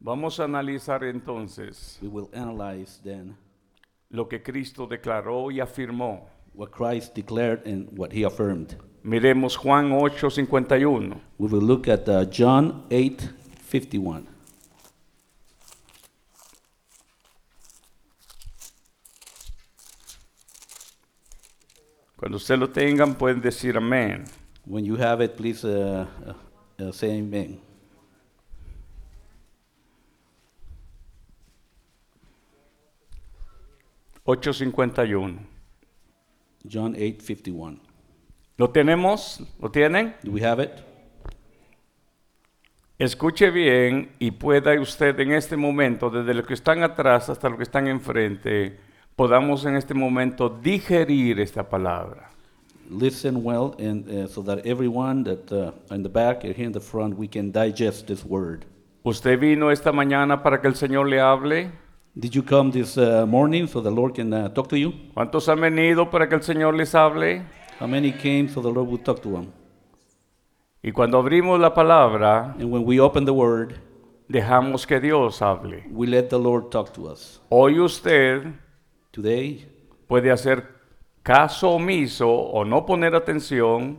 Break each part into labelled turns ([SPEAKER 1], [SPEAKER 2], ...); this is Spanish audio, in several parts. [SPEAKER 1] Vamos a analizar entonces
[SPEAKER 2] We will analyze then
[SPEAKER 1] lo que Cristo declaró y afirmó.
[SPEAKER 2] what Christ declared and what he affirmed.
[SPEAKER 1] Miremos Juan 8:51.
[SPEAKER 2] We will look at uh, John 8 51.
[SPEAKER 1] Cuando usted lo tengan pueden decir amén.
[SPEAKER 2] When you have it, please uh, uh, uh, say amen.
[SPEAKER 1] Ocho cincuenta y uno.
[SPEAKER 2] John 8 51.
[SPEAKER 1] ¿Lo tenemos? ¿Lo tienen?
[SPEAKER 2] Do we have it?
[SPEAKER 1] Escuche bien y pueda usted en este momento, desde los que están atrás hasta los que están enfrente, podamos en este momento digerir esta palabra.
[SPEAKER 2] Listen well, and uh, so that everyone that uh, in the back and here in the front, we can digest this word.
[SPEAKER 1] ¿Usted vino esta mañana para que el Señor le hable?
[SPEAKER 2] Did you come this uh, morning so the Lord can uh, talk to you?
[SPEAKER 1] ¿Cuántos han venido para que el Señor les hable?
[SPEAKER 2] How many came so the Lord will talk to them?
[SPEAKER 1] Y cuando abrimos la palabra,
[SPEAKER 2] And when we open the word,
[SPEAKER 1] dejamos que Dios hable.
[SPEAKER 2] we let the Lord talk to us.
[SPEAKER 1] Hoy usted
[SPEAKER 2] Today,
[SPEAKER 1] puede hacer caso omiso o no poner atención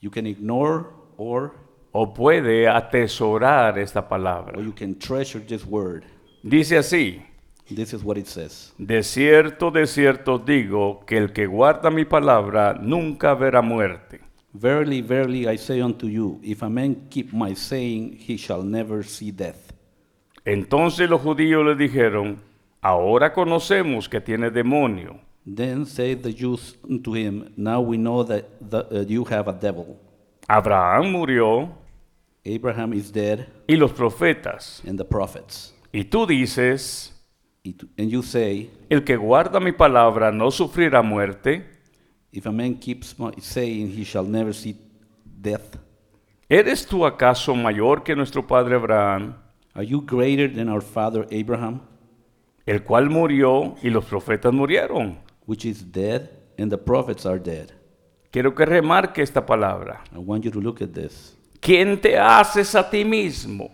[SPEAKER 2] you can ignore or,
[SPEAKER 1] o puede atesorar esta palabra.
[SPEAKER 2] or you can treasure this word.
[SPEAKER 1] Dice así,
[SPEAKER 2] This is what it says.
[SPEAKER 1] de cierto, de cierto os digo que el que guarda mi palabra nunca verá muerte.
[SPEAKER 2] Verily, verily, I say unto you, if a man keep my saying, he shall never see death.
[SPEAKER 1] Entonces los judíos le dijeron, ahora conocemos que tiene demonio.
[SPEAKER 2] Then said the Jews unto him, Now we know that the, uh, you have a devil.
[SPEAKER 1] Abraham murió
[SPEAKER 2] Abraham is dead,
[SPEAKER 1] y los profetas.
[SPEAKER 2] and the prophets.
[SPEAKER 1] Y tú dices,
[SPEAKER 2] It, and you say,
[SPEAKER 1] el que guarda mi palabra no sufrirá muerte.
[SPEAKER 2] If a man keeps my saying, he shall never see death.
[SPEAKER 1] ¿Eres tú acaso mayor que nuestro padre Abraham,
[SPEAKER 2] Are you greater than our father Abraham,
[SPEAKER 1] el cual murió y los profetas murieron?
[SPEAKER 2] which is dead, and the prophets are dead?
[SPEAKER 1] Quiero que remarque esta palabra.
[SPEAKER 2] I want you to look at this.
[SPEAKER 1] ¿Quién te haces a ti mismo?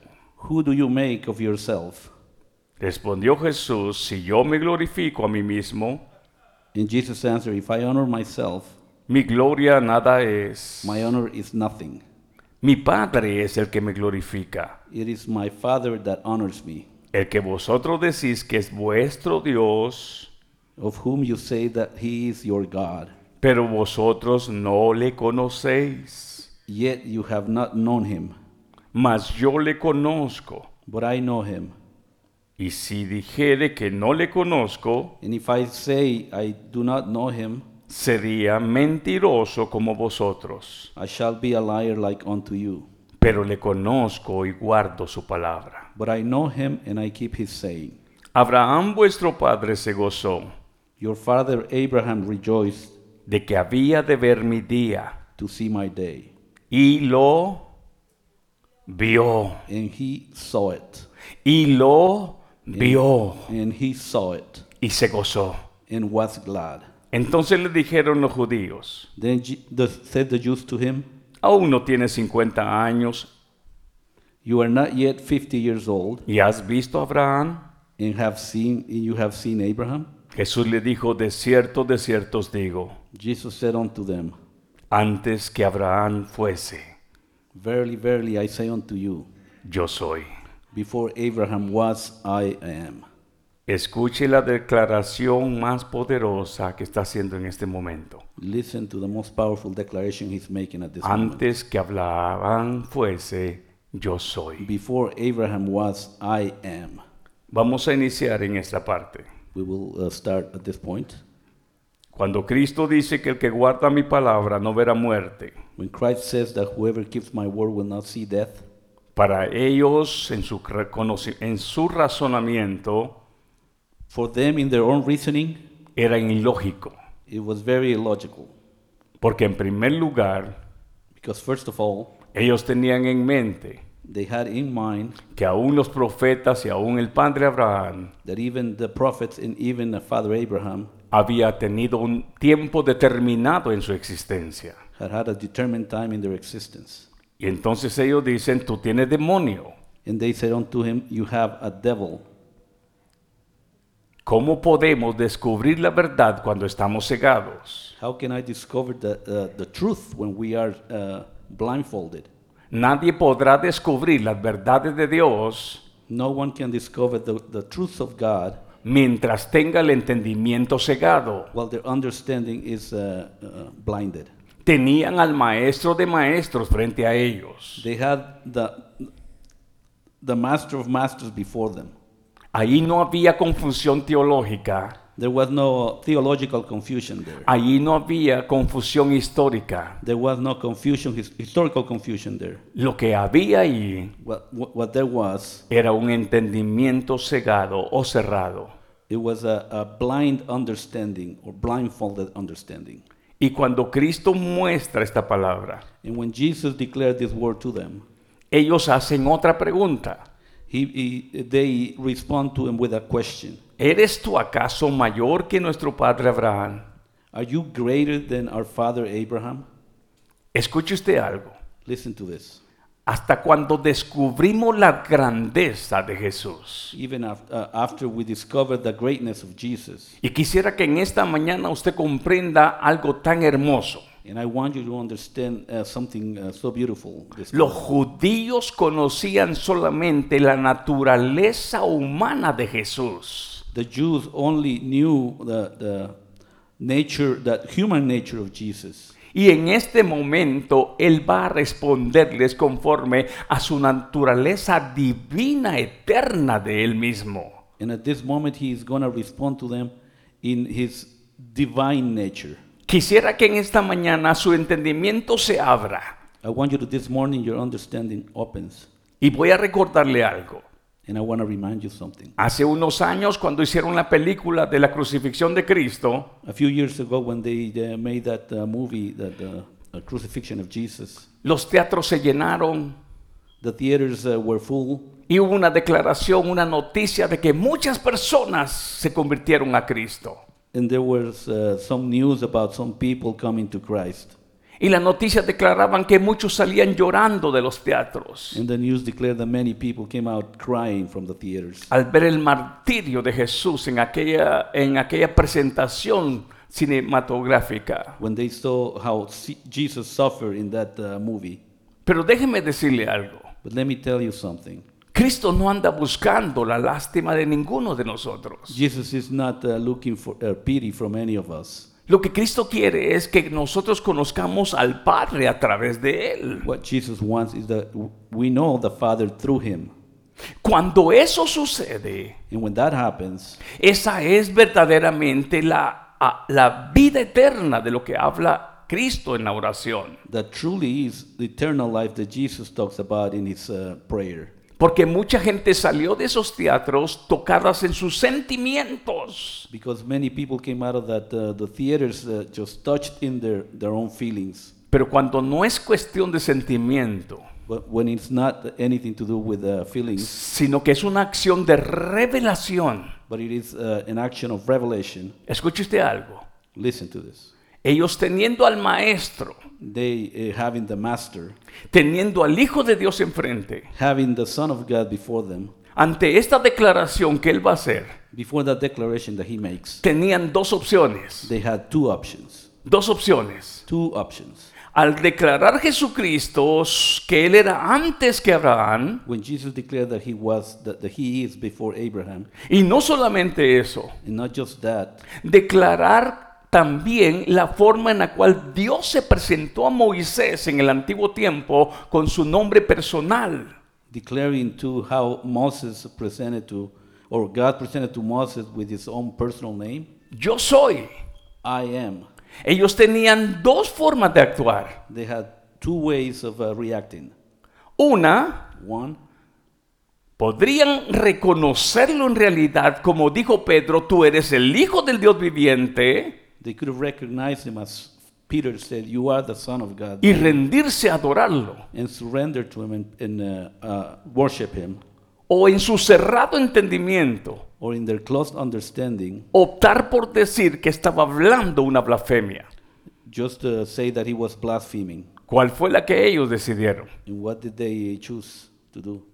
[SPEAKER 2] Who do you make of yourself?
[SPEAKER 1] Respondió Jesús, si yo me glorifico a mí mismo,
[SPEAKER 2] And Jesus answered, If I honor myself,
[SPEAKER 1] mi gloria nada es.
[SPEAKER 2] my honor is nothing.
[SPEAKER 1] Mi Padre es el que me glorifica,
[SPEAKER 2] It is my Father that honors me,
[SPEAKER 1] el que vosotros decís que es vuestro Dios,
[SPEAKER 2] of whom you say that he is your God.
[SPEAKER 1] pero vosotros no le conocéis.
[SPEAKER 2] Yet you have not known him,
[SPEAKER 1] Mas yo le conozco.
[SPEAKER 2] but I know him.
[SPEAKER 1] Y si dijere que no le conozco,
[SPEAKER 2] And if I say I do not know him,
[SPEAKER 1] sería mentiroso como vosotros.
[SPEAKER 2] I shall be a liar like unto you.
[SPEAKER 1] Pero le conozco y guardo su palabra.
[SPEAKER 2] But I know him and I keep his saying.
[SPEAKER 1] Abraham vuestro padre se gozó
[SPEAKER 2] Your father Abraham rejoiced
[SPEAKER 1] de que había de ver mi día
[SPEAKER 2] to see my day,
[SPEAKER 1] y lo vio
[SPEAKER 2] and he saw it,
[SPEAKER 1] y lo vio
[SPEAKER 2] and he saw it,
[SPEAKER 1] y se gozó.
[SPEAKER 2] and was glad.
[SPEAKER 1] Entonces le dijeron los judíos,
[SPEAKER 2] Then Je- the, said the Jews to him,
[SPEAKER 1] aún no tienes 50 años
[SPEAKER 2] You are not yet fifty years old,
[SPEAKER 1] y has visto a Abraham.
[SPEAKER 2] and have seen, and you have seen Abraham.
[SPEAKER 1] Jesús le dijo, de cierto, de cierto os digo,
[SPEAKER 2] Jesus said unto them,
[SPEAKER 1] antes que Abraham fuese,
[SPEAKER 2] Verily, verily, I say unto you,
[SPEAKER 1] yo soy.
[SPEAKER 2] before Abraham was, I am.
[SPEAKER 1] Escuche la declaración más poderosa que está haciendo en este momento.
[SPEAKER 2] Listen to the most powerful declaration he's making at this moment.
[SPEAKER 1] Antes que Abraham fuese, yo soy.
[SPEAKER 2] Before Abraham was, I am.
[SPEAKER 1] Vamos a iniciar en esta parte.
[SPEAKER 2] We will uh, start at this point.
[SPEAKER 1] Cuando Cristo dice que el que guarda mi palabra no verá muerte,
[SPEAKER 2] When Christ says that whoever keeps my word will not see death,
[SPEAKER 1] para ellos, en su, reconoci- en su razonamiento,
[SPEAKER 2] for them in their own reasoning,
[SPEAKER 1] era ilógico.
[SPEAKER 2] it was very illogical.
[SPEAKER 1] Porque en primer lugar,
[SPEAKER 2] Because, first of all,
[SPEAKER 1] ellos tenían en mente
[SPEAKER 2] they had in mind
[SPEAKER 1] que aún los profetas y aún el padre Abraham
[SPEAKER 2] that even the prophets and even Father Abraham
[SPEAKER 1] había tenido un tiempo determinado en su existencia.
[SPEAKER 2] had had a determined time in their existence.
[SPEAKER 1] Y entonces ellos dicen, tú tienes demonio.
[SPEAKER 2] And they said unto him, You have a devil.
[SPEAKER 1] ¿Cómo podemos descubrir la verdad cuando estamos cegados?
[SPEAKER 2] How can I discover the, uh, the truth when we are uh, blindfolded?
[SPEAKER 1] Nadie podrá descubrir las verdades de Dios
[SPEAKER 2] No one can discover the, the truth of God
[SPEAKER 1] mientras tenga el entendimiento cegado.
[SPEAKER 2] while their understanding is uh, uh, blinded.
[SPEAKER 1] Tenían al maestro de maestros frente a ellos.
[SPEAKER 2] They had the, the master of masters before them.
[SPEAKER 1] Ahí no había confusión teológica,
[SPEAKER 2] There was no theological confusion there.
[SPEAKER 1] ahí no había confusión histórica.
[SPEAKER 2] There was no confusion, his, historical confusion there.
[SPEAKER 1] Lo que había ahí
[SPEAKER 2] What, what, what there was,
[SPEAKER 1] era un entendimiento cegado o cerrado.
[SPEAKER 2] it was a, a blind understanding or blindfolded understanding.
[SPEAKER 1] Y cuando Cristo muestra esta palabra,
[SPEAKER 2] And when Jesus declared this word to them,
[SPEAKER 1] ellos hacen otra pregunta.
[SPEAKER 2] he, he, they respond to him with a question
[SPEAKER 1] ¿Eres tú acaso mayor que nuestro padre Abraham?
[SPEAKER 2] Are you greater than our father Abraham?
[SPEAKER 1] Escuche usted algo.
[SPEAKER 2] Listen to this.
[SPEAKER 1] Hasta cuando descubrimos la grandeza de Jesús.
[SPEAKER 2] Even after, uh, after we discover the greatness of Jesus,
[SPEAKER 1] Y quisiera que en esta mañana usted comprenda algo tan hermoso.
[SPEAKER 2] and I want you to understand uh, something uh, so beautiful. This
[SPEAKER 1] Los judíos conocían solamente la naturaleza humana de Jesús.
[SPEAKER 2] The Jews only knew the, the nature, the human nature of Jesus.
[SPEAKER 1] Y en este momento Él va a responderles conforme a su naturaleza divina eterna de Él mismo.
[SPEAKER 2] And at this moment, he is going to respond to them in his divine nature.
[SPEAKER 1] Quisiera que en esta mañana su entendimiento se abra.
[SPEAKER 2] I want you to this morning, your understanding opens.
[SPEAKER 1] Y voy a recordarle algo.
[SPEAKER 2] And I want to remind you something.
[SPEAKER 1] Hace unos años cuando hicieron la película de la crucifixión de Cristo,
[SPEAKER 2] A few years ago, when they, uh, made that uh, movie, that uh, uh, crucifixion of Jesus,
[SPEAKER 1] los teatros se llenaron
[SPEAKER 2] the theaters uh, were full.
[SPEAKER 1] y hubo una declaración, una noticia de que muchas personas se convirtieron a Cristo.
[SPEAKER 2] And there was uh, some news about some people coming to Christ.
[SPEAKER 1] Y las noticias declaraban que muchos salían llorando de los teatros
[SPEAKER 2] And the news declared that many people came out crying from the theaters.
[SPEAKER 1] al ver el martirio de Jesús en aquella, en aquella presentación cinematográfica.
[SPEAKER 2] when they saw how C- Jesus suffered in that uh, movie.
[SPEAKER 1] Pero déjeme decirle algo.
[SPEAKER 2] But let me tell you something.
[SPEAKER 1] Cristo no anda buscando la lástima de ninguno de nosotros.
[SPEAKER 2] Jesus is not uh, looking for uh, pity from any of us.
[SPEAKER 1] Lo que Cristo quiere es que nosotros conozcamos al Padre a través de Él.
[SPEAKER 2] What Jesus wants is that w- we know the Father through him.
[SPEAKER 1] Cuando eso sucede,
[SPEAKER 2] And when that happens,
[SPEAKER 1] esa es verdaderamente la, a- la vida eterna de lo que habla Cristo en la oración.
[SPEAKER 2] that truly is the eternal life that Jesus talks about in his uh, prayer.
[SPEAKER 1] Porque mucha gente salió de esos teatros tocadas en sus sentimientos.
[SPEAKER 2] Because many people came out of that, uh, the theaters uh, just touched in their, their own feelings.
[SPEAKER 1] Pero cuando no es cuestión de sentimiento,
[SPEAKER 2] But when it's not anything to do with uh, feelings,
[SPEAKER 1] sino que es una acción de revelación.
[SPEAKER 2] but it is uh, an action of revelation,
[SPEAKER 1] Escuche usted algo.
[SPEAKER 2] listen to this.
[SPEAKER 1] Ellos teniendo al maestro,
[SPEAKER 2] they uh, having the master
[SPEAKER 1] teniendo al Hijo de Dios enfrente,
[SPEAKER 2] having the son of god before them
[SPEAKER 1] ante esta declaración que él va a hacer,
[SPEAKER 2] before that declaration that he makes
[SPEAKER 1] tenían dos opciones.
[SPEAKER 2] they had two options
[SPEAKER 1] Dos opciones.
[SPEAKER 2] two options
[SPEAKER 1] Al declarar Jesucristo que él era antes que Abraham,
[SPEAKER 2] when jesus declared that he was that, that he is before abraham
[SPEAKER 1] y no solamente eso,
[SPEAKER 2] and not just that
[SPEAKER 1] declarar también la forma en la cual Dios se presentó a Moisés en el antiguo tiempo con su nombre personal.
[SPEAKER 2] declaring to how moses presented to or god presented to moses with his own personal name
[SPEAKER 1] Yo soy.
[SPEAKER 2] i am
[SPEAKER 1] Ellos tenían dos formas de actuar.
[SPEAKER 2] they had two ways of uh, reacting
[SPEAKER 1] Una,
[SPEAKER 2] one
[SPEAKER 1] podrían reconocerlo en realidad, como dijo Pedro, tú eres el Hijo del Dios viviente,
[SPEAKER 2] they could have recognized him as peter said you are the son of god
[SPEAKER 1] y rendirse a adorarlo.
[SPEAKER 2] and surrender to Him and, and uh, uh, worship Him,
[SPEAKER 1] O en su cerrado entendimiento,
[SPEAKER 2] or in their close understanding,
[SPEAKER 1] optar por decir que estaba hablando una blasfemia.
[SPEAKER 2] just uh, say that He was blaspheming.
[SPEAKER 1] ¿Cuál fue la que ellos decidieron?
[SPEAKER 2] And what did they choose to do?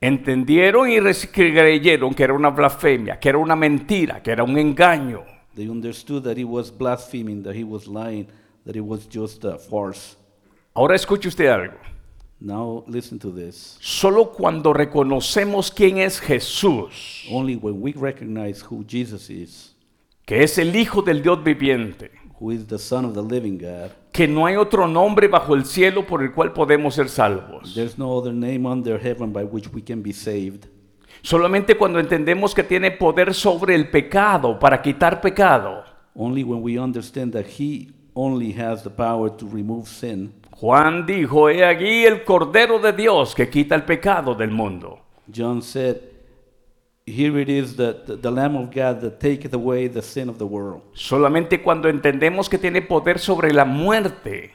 [SPEAKER 1] Entendieron y reci- creyeron que era una blasfemia, que era una mentira, que era un engaño.
[SPEAKER 2] They understood that he was blaspheming, that he was lying, that it was just a farce.
[SPEAKER 1] Ahora escuche usted algo.
[SPEAKER 2] Now listen to this.
[SPEAKER 1] Solo cuando reconocemos quién es Jesús,
[SPEAKER 2] Only when we recognize who Jesus is,
[SPEAKER 1] que es el Hijo del Dios viviente,
[SPEAKER 2] who is the Son of the living God,
[SPEAKER 1] que no hay otro nombre bajo el cielo por el cual podemos ser salvos.
[SPEAKER 2] there's no other name under heaven by which we can be saved.
[SPEAKER 1] Solamente cuando entendemos que tiene poder sobre el pecado para quitar pecado.
[SPEAKER 2] Only when we understand that he only has the power to remove sin.
[SPEAKER 1] Juan dijo, he aquí el Cordero de Dios que quita el pecado del mundo.
[SPEAKER 2] John said, Here it is, the, the, the Lamb of God that taketh away the sin of the world.
[SPEAKER 1] Solamente cuando entendemos que tiene poder sobre la muerte.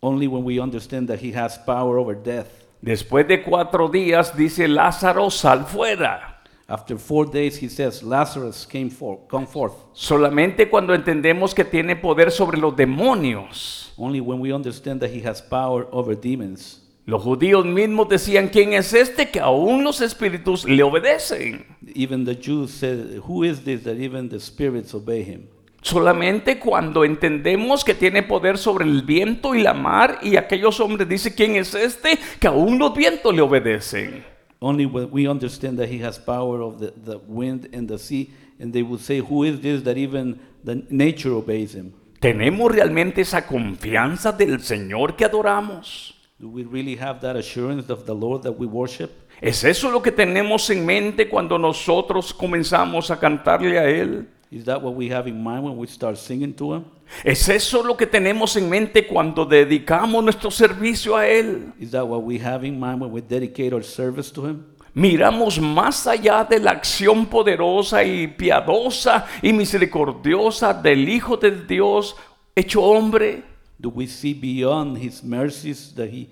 [SPEAKER 2] Only when we understand that he has power over death.
[SPEAKER 1] Después de cuatro días dice Lázaro, sal fuera.
[SPEAKER 2] After four days, he says, Lazarus came forth, come forth.
[SPEAKER 1] Solamente cuando entendemos que tiene poder sobre los demonios.
[SPEAKER 2] Only when we understand that he has power over demons.
[SPEAKER 1] Los judíos mismos decían, ¿quién es este que aún los espíritus le obedecen?
[SPEAKER 2] Even the Jews said, Who is this that even the spirits obey him?
[SPEAKER 1] Solamente cuando entendemos que tiene poder sobre el viento y la mar y aquellos hombres dicen, ¿quién es este que aún los vientos le obedecen?
[SPEAKER 2] Only when we understand that he has power of the, the wind and the sea, and they will say, Who is this that even the nature obeys him?
[SPEAKER 1] ¿Tenemos realmente esa confianza del Señor que adoramos?
[SPEAKER 2] Do we really have that assurance of the Lord that we worship?
[SPEAKER 1] ¿Es eso lo que tenemos en mente cuando nosotros comenzamos a cantarle a Él?
[SPEAKER 2] Is that what we have in mind when we start singing to him?
[SPEAKER 1] ¿Es eso lo que tenemos en mente cuando dedicamos nuestro servicio a Él?
[SPEAKER 2] Is that what we have in mind when we dedicate our service to him?
[SPEAKER 1] Miramos más allá de la acción poderosa y piadosa y misericordiosa del Hijo de Dios hecho hombre.
[SPEAKER 2] Do we see beyond his mercies that he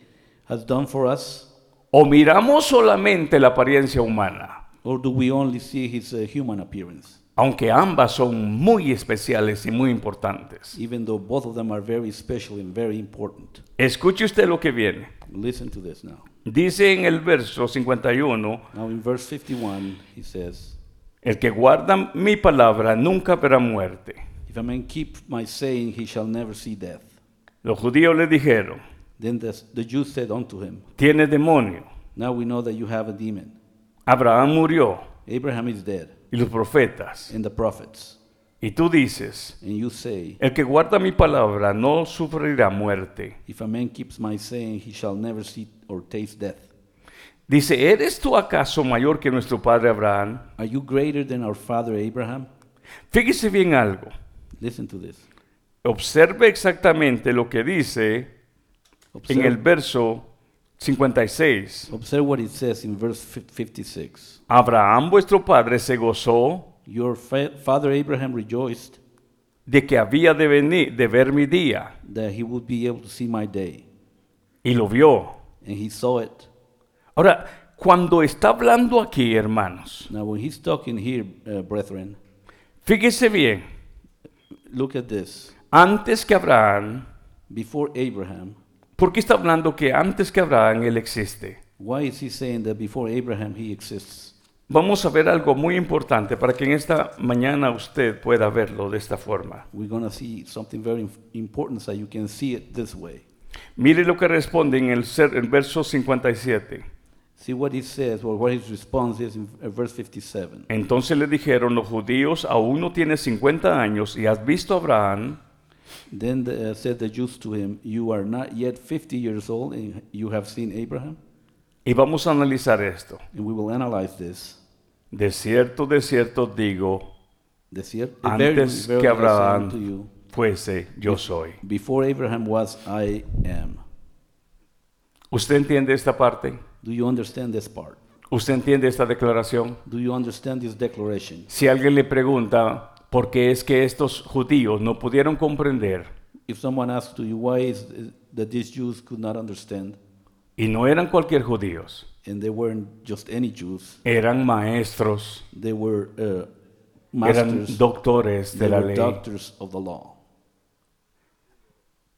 [SPEAKER 2] has done for us?
[SPEAKER 1] O miramos solamente la apariencia humana,
[SPEAKER 2] Or do we only see his uh, human appearance?
[SPEAKER 1] aunque ambas son muy especiales y muy importantes.
[SPEAKER 2] Even though both of them are very special and very important.
[SPEAKER 1] Escuche usted lo que viene.
[SPEAKER 2] Listen to this now.
[SPEAKER 1] Dice en el verso 51,
[SPEAKER 2] Now, in verse 51, he says,
[SPEAKER 1] el que guarda mi palabra nunca verá muerte.
[SPEAKER 2] If a man keep my saying, he shall never see death.
[SPEAKER 1] Los judíos le dijeron,
[SPEAKER 2] Then the, the Jews said unto him,
[SPEAKER 1] tiene demonio.
[SPEAKER 2] Now we know that you have a demon.
[SPEAKER 1] Abraham murió
[SPEAKER 2] Abraham is dead,
[SPEAKER 1] y los profetas.
[SPEAKER 2] and the prophets.
[SPEAKER 1] Y tú dices,
[SPEAKER 2] And you say,
[SPEAKER 1] El que guarda mi palabra no sufrirá muerte.
[SPEAKER 2] If a man keeps my saying, he shall never see or taste death.
[SPEAKER 1] Dice, ¿eres tú acaso mayor que nuestro padre Abraham?
[SPEAKER 2] Are you greater than our father Abraham?
[SPEAKER 1] Fíjese bien algo.
[SPEAKER 2] Listen to this.
[SPEAKER 1] Observe exactamente lo que dice en el
[SPEAKER 2] Observe,
[SPEAKER 1] verso 56.
[SPEAKER 2] observe what it says in verse fif- 56.
[SPEAKER 1] Abraham vuestro padre se gozó
[SPEAKER 2] Your fa- father Abraham rejoiced
[SPEAKER 1] de que había de venir, de ver mi día,
[SPEAKER 2] that he would be able to see my day,
[SPEAKER 1] y lo vio.
[SPEAKER 2] and he saw it.
[SPEAKER 1] Ahora, cuando está hablando aquí, hermanos,
[SPEAKER 2] Now, when he's talking here, uh, brethren,
[SPEAKER 1] fíjese bien,
[SPEAKER 2] look at this.
[SPEAKER 1] antes que Abraham,
[SPEAKER 2] Before Abraham,
[SPEAKER 1] ¿por qué está hablando que antes que Abraham él existe?
[SPEAKER 2] why is he saying that before Abraham he exists?
[SPEAKER 1] Vamos a ver algo muy importante para que en esta mañana usted pueda verlo de esta forma.
[SPEAKER 2] We're going to see something very im- important so you can see it this way.
[SPEAKER 1] Mire lo que responde en el, ser- el verso 57.
[SPEAKER 2] See what he says, or what his response is in uh, verse 57.
[SPEAKER 1] Entonces le dijeron los judíos, aún no tienes 50 años y has visto a Abraham.
[SPEAKER 2] Then the, uh, said the Jews to him, You are not yet 50 years old, and you have seen Abraham?
[SPEAKER 1] Y vamos a analizar esto.
[SPEAKER 2] And we will analyze this.
[SPEAKER 1] De cierto, de cierto digo,
[SPEAKER 2] De cier-
[SPEAKER 1] antes
[SPEAKER 2] verily,
[SPEAKER 1] que
[SPEAKER 2] verily I say unto
[SPEAKER 1] Abraham
[SPEAKER 2] you,
[SPEAKER 1] fuese, yo soy.
[SPEAKER 2] before Abraham was, I am.
[SPEAKER 1] ¿Usted entiende esta parte?
[SPEAKER 2] Do you understand this part?
[SPEAKER 1] ¿Usted entiende esta declaración?
[SPEAKER 2] Do you understand this declaration?
[SPEAKER 1] Si alguien le pregunta por qué es que estos judíos no pudieron comprender
[SPEAKER 2] If someone asks to you why is is that these Jews could not understand,
[SPEAKER 1] Y no eran cualquier judíos,
[SPEAKER 2] and they weren't just any Jews,
[SPEAKER 1] eran maestros,
[SPEAKER 2] they were uh,
[SPEAKER 1] eran
[SPEAKER 2] masters,
[SPEAKER 1] doctores de
[SPEAKER 2] they
[SPEAKER 1] la
[SPEAKER 2] were
[SPEAKER 1] ley.
[SPEAKER 2] doctors of the law.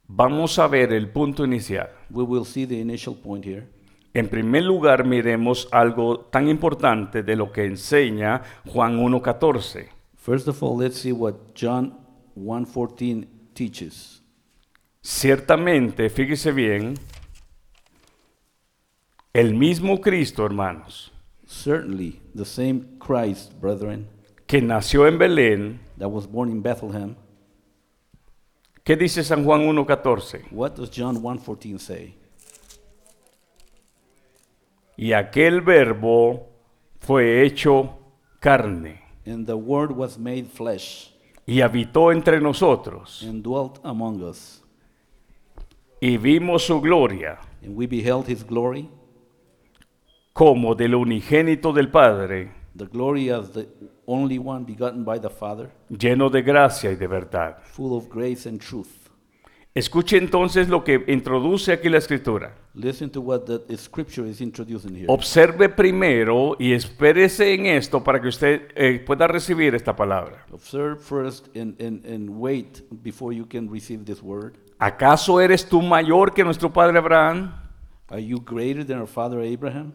[SPEAKER 1] Vamos a ver el punto inicial.
[SPEAKER 2] We will see the initial point here.
[SPEAKER 1] En primer lugar, miremos algo tan importante de lo que enseña Juan 1.14.
[SPEAKER 2] First of all, let's see what John 1:14 teaches.
[SPEAKER 1] Ciertamente, fíjese bien, el mismo Cristo, hermanos,
[SPEAKER 2] Certainly, the same Christ, brethren,
[SPEAKER 1] que nació en Belén,
[SPEAKER 2] that was born in Bethlehem.
[SPEAKER 1] ¿qué dice San Juan 1.14?
[SPEAKER 2] What does John 1:14 say?
[SPEAKER 1] Y aquel verbo fue hecho carne
[SPEAKER 2] And the word was made flesh
[SPEAKER 1] y habitó entre nosotros
[SPEAKER 2] and dwelt among us,
[SPEAKER 1] y vimos su gloria
[SPEAKER 2] and we beheld his glory,
[SPEAKER 1] como del unigénito del Padre,
[SPEAKER 2] the glory of the only one begotten by the Father,
[SPEAKER 1] lleno de gracia y de verdad.
[SPEAKER 2] full of grace and truth.
[SPEAKER 1] Escuche entonces lo que introduce aquí la escritura.
[SPEAKER 2] Listen to what the scripture is introducing here.
[SPEAKER 1] Observe primero y espérese en esto para que usted eh, pueda recibir esta palabra.
[SPEAKER 2] Observe first and, and, and wait before you can receive this word.
[SPEAKER 1] ¿Acaso eres tú mayor que nuestro padre Abraham?
[SPEAKER 2] Are you greater than our father Abraham?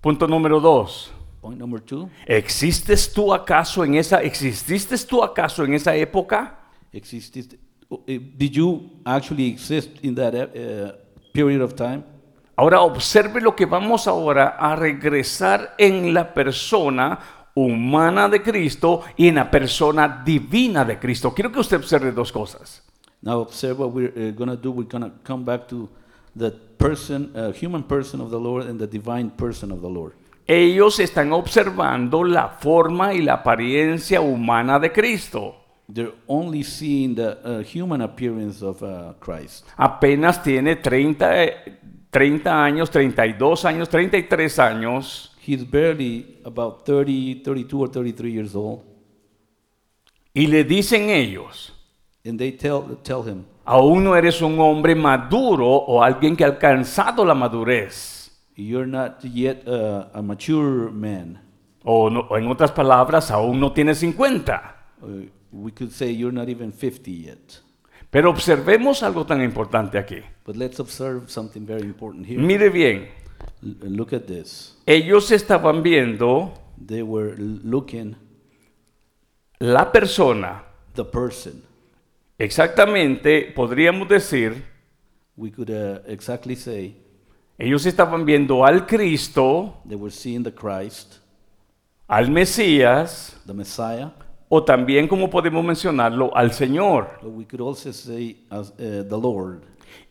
[SPEAKER 1] Punto número dos.
[SPEAKER 2] Point number two.
[SPEAKER 1] ¿Existes tú acaso en esa, exististe tú acaso en esa época?
[SPEAKER 2] Existed, oh, eh, did you actually exist in that uh, period of time?
[SPEAKER 1] Ahora observe lo que vamos ahora a regresar en la persona humana de Cristo y en la persona divina de Cristo. Quiero que usted observe dos cosas.
[SPEAKER 2] Now observe what we're uh, going to do. We're going to come back to the person, uh, human person of the Lord and the divine person of the Lord.
[SPEAKER 1] Ellos están observando la forma y la apariencia humana de Cristo.
[SPEAKER 2] They're only seeing the uh, human appearance of uh, Christ.
[SPEAKER 1] Apenas tiene 30, eh, 30 años, 32 años, 33 años
[SPEAKER 2] He's barely about 30, 32 or 33 years old.
[SPEAKER 1] y le dicen ellos,
[SPEAKER 2] And they tell, tell him,
[SPEAKER 1] aún no eres un hombre maduro o alguien que ha alcanzado la madurez.
[SPEAKER 2] You're not yet uh, a mature man.
[SPEAKER 1] O, no- o en otras palabras, aún no tiene 50.
[SPEAKER 2] Uh, we could say you're not even 50 yet.
[SPEAKER 1] Pero observemos algo tan importante aquí.
[SPEAKER 2] But let's observe something very important here.
[SPEAKER 1] Mire bien,
[SPEAKER 2] L- look at this.
[SPEAKER 1] ellos estaban viendo
[SPEAKER 2] They were l- looking
[SPEAKER 1] la persona
[SPEAKER 2] the person.
[SPEAKER 1] Exactamente, podríamos decir,
[SPEAKER 2] We could uh, exactly say
[SPEAKER 1] ellos estaban viendo al Cristo,
[SPEAKER 2] they were seeing the Christ,
[SPEAKER 1] al Mesías,
[SPEAKER 2] the Messiah,
[SPEAKER 1] o también, como podemos mencionarlo, al Señor.
[SPEAKER 2] but we could also say as uh, the Lord.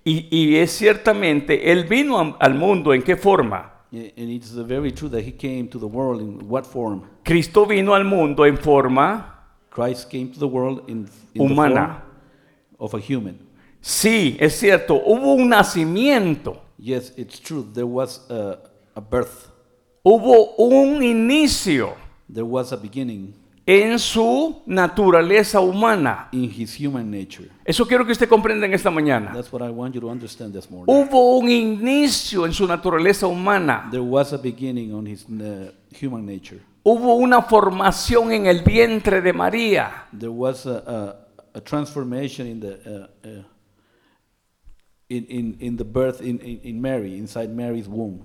[SPEAKER 1] Y, y es ciertamente, Él vino am- al mundo en qué forma?
[SPEAKER 2] A- And it's uh, very true that he came to the world in what form?
[SPEAKER 1] Cristo vino al mundo en forma,
[SPEAKER 2] Christ came to the world in, in the
[SPEAKER 1] Humana.
[SPEAKER 2] form of a human.
[SPEAKER 1] sí, es cierto, hubo un nacimiento,
[SPEAKER 2] Yes, it's true. There was a, a birth.
[SPEAKER 1] hubo un inicio
[SPEAKER 2] There was a beginning
[SPEAKER 1] en su naturaleza humana.
[SPEAKER 2] in his human nature.
[SPEAKER 1] Eso quiero que usted comprenda en esta mañana.
[SPEAKER 2] That's what I want you to understand this morning.
[SPEAKER 1] Hubo un inicio en su naturaleza humana.
[SPEAKER 2] There was a beginning on his uh, human nature.
[SPEAKER 1] Hubo una formación en el vientre de María.
[SPEAKER 2] There was a, a, a transformation in the uh, uh, in, in, in the birth in, in, in Mary, inside Mary's womb.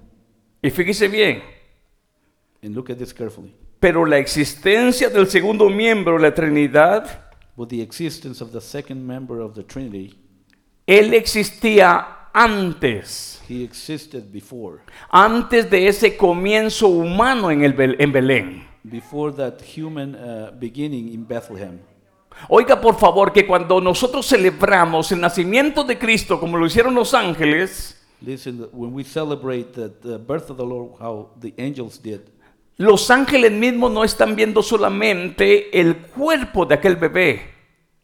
[SPEAKER 1] Y fíjese bien,
[SPEAKER 2] And look at this carefully.
[SPEAKER 1] pero la existencia del segundo miembro de la Trinidad,
[SPEAKER 2] With the existence of the second member of the Trinity,
[SPEAKER 1] él existía antes,
[SPEAKER 2] he existed before.
[SPEAKER 1] antes de ese comienzo humano en, el Bel- en Belén.
[SPEAKER 2] Before that human uh, beginning in Bethlehem.
[SPEAKER 1] Oiga por favor que cuando nosotros celebramos el nacimiento de Cristo como lo hicieron los ángeles,
[SPEAKER 2] Listen, when we celebrate the, the birth of the Lord, how the angels did,
[SPEAKER 1] los ángeles mismos no están viendo solamente el cuerpo de aquel bebé.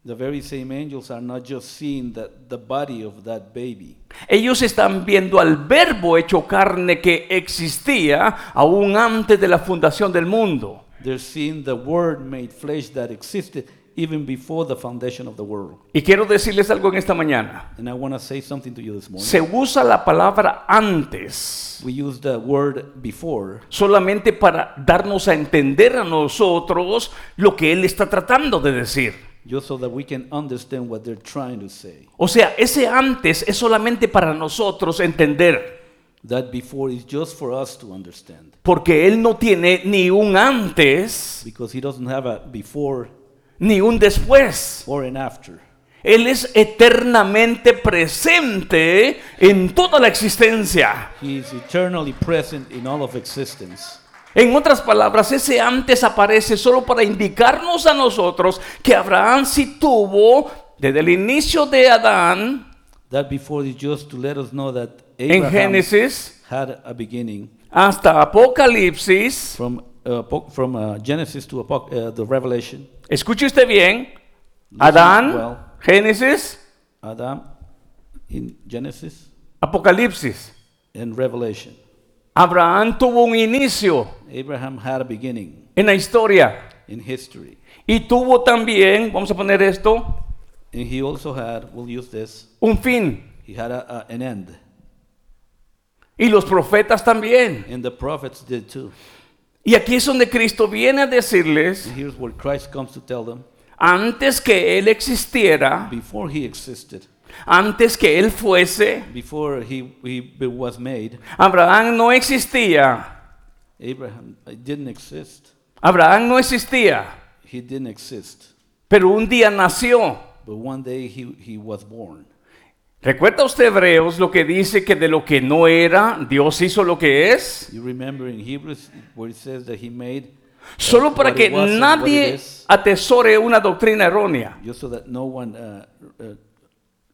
[SPEAKER 2] the very same angels are not just seeing the, the body of that baby.
[SPEAKER 1] Ellos están viendo al verbo hecho carne que existía aún antes de la fundación del mundo.
[SPEAKER 2] They're seeing the Word made flesh that existed even before the foundation of the world.
[SPEAKER 1] Y quiero decirles algo en esta mañana.
[SPEAKER 2] And I want to say something to you this morning.
[SPEAKER 1] Se usa la palabra antes
[SPEAKER 2] We use the word before
[SPEAKER 1] solamente para darnos a entender a nosotros lo que él está tratando de decir.
[SPEAKER 2] just so that we can understand what they're trying to say.
[SPEAKER 1] O sea, ese antes es solamente para nosotros entender.
[SPEAKER 2] that before is just for us to understand
[SPEAKER 1] Porque Él no tiene ni un antes
[SPEAKER 2] because he doesn't have a before
[SPEAKER 1] ni un después.
[SPEAKER 2] or an after.
[SPEAKER 1] Él es eternamente presente en toda la existencia.
[SPEAKER 2] He is eternally present in all of existence.
[SPEAKER 1] En otras palabras, ese antes aparece solo para indicarnos a nosotros que Abraham sí tuvo desde el inicio de Adán
[SPEAKER 2] That before is just to let us know that
[SPEAKER 1] en
[SPEAKER 2] E Abraham
[SPEAKER 1] Génesis
[SPEAKER 2] had a beginning
[SPEAKER 1] hasta Apocalipsis.
[SPEAKER 2] from uh, po- from uh, Genesis to Apoc- uh, the Revelation.
[SPEAKER 1] Escuche usted bien.
[SPEAKER 2] well.
[SPEAKER 1] Adán, Génesis,
[SPEAKER 2] Adam in Genesis
[SPEAKER 1] Apocalipsis.
[SPEAKER 2] and Revelation.
[SPEAKER 1] Abraham tuvo un inicio
[SPEAKER 2] Abraham had a beginning
[SPEAKER 1] en la historia
[SPEAKER 2] in history.
[SPEAKER 1] y tuvo también, vamos a poner esto,
[SPEAKER 2] And he also had, we'll use this,
[SPEAKER 1] un fin.
[SPEAKER 2] he had a, a, an end.
[SPEAKER 1] Y los profetas también.
[SPEAKER 2] And the prophets did too.
[SPEAKER 1] Y aquí es donde Cristo viene a decirles
[SPEAKER 2] And here's where Christ comes to tell them
[SPEAKER 1] antes que él existiera,
[SPEAKER 2] before he existed,
[SPEAKER 1] antes que él fuese,
[SPEAKER 2] before he, he was made,
[SPEAKER 1] Abraham no existía.
[SPEAKER 2] Abraham uh, didn't exist.
[SPEAKER 1] Abraham no existía,
[SPEAKER 2] He didn't exist.
[SPEAKER 1] pero un día nació.
[SPEAKER 2] But one day he, he was born.
[SPEAKER 1] ¿Recuerda usted Hebreos lo que dice que de lo que no era, Dios hizo lo que es?
[SPEAKER 2] You remember in Hebrews where it says that he made,
[SPEAKER 1] Solo para
[SPEAKER 2] What
[SPEAKER 1] que
[SPEAKER 2] it was and what it
[SPEAKER 1] nadie
[SPEAKER 2] is.
[SPEAKER 1] atesore una doctrina errónea.
[SPEAKER 2] just so that no one uh, uh,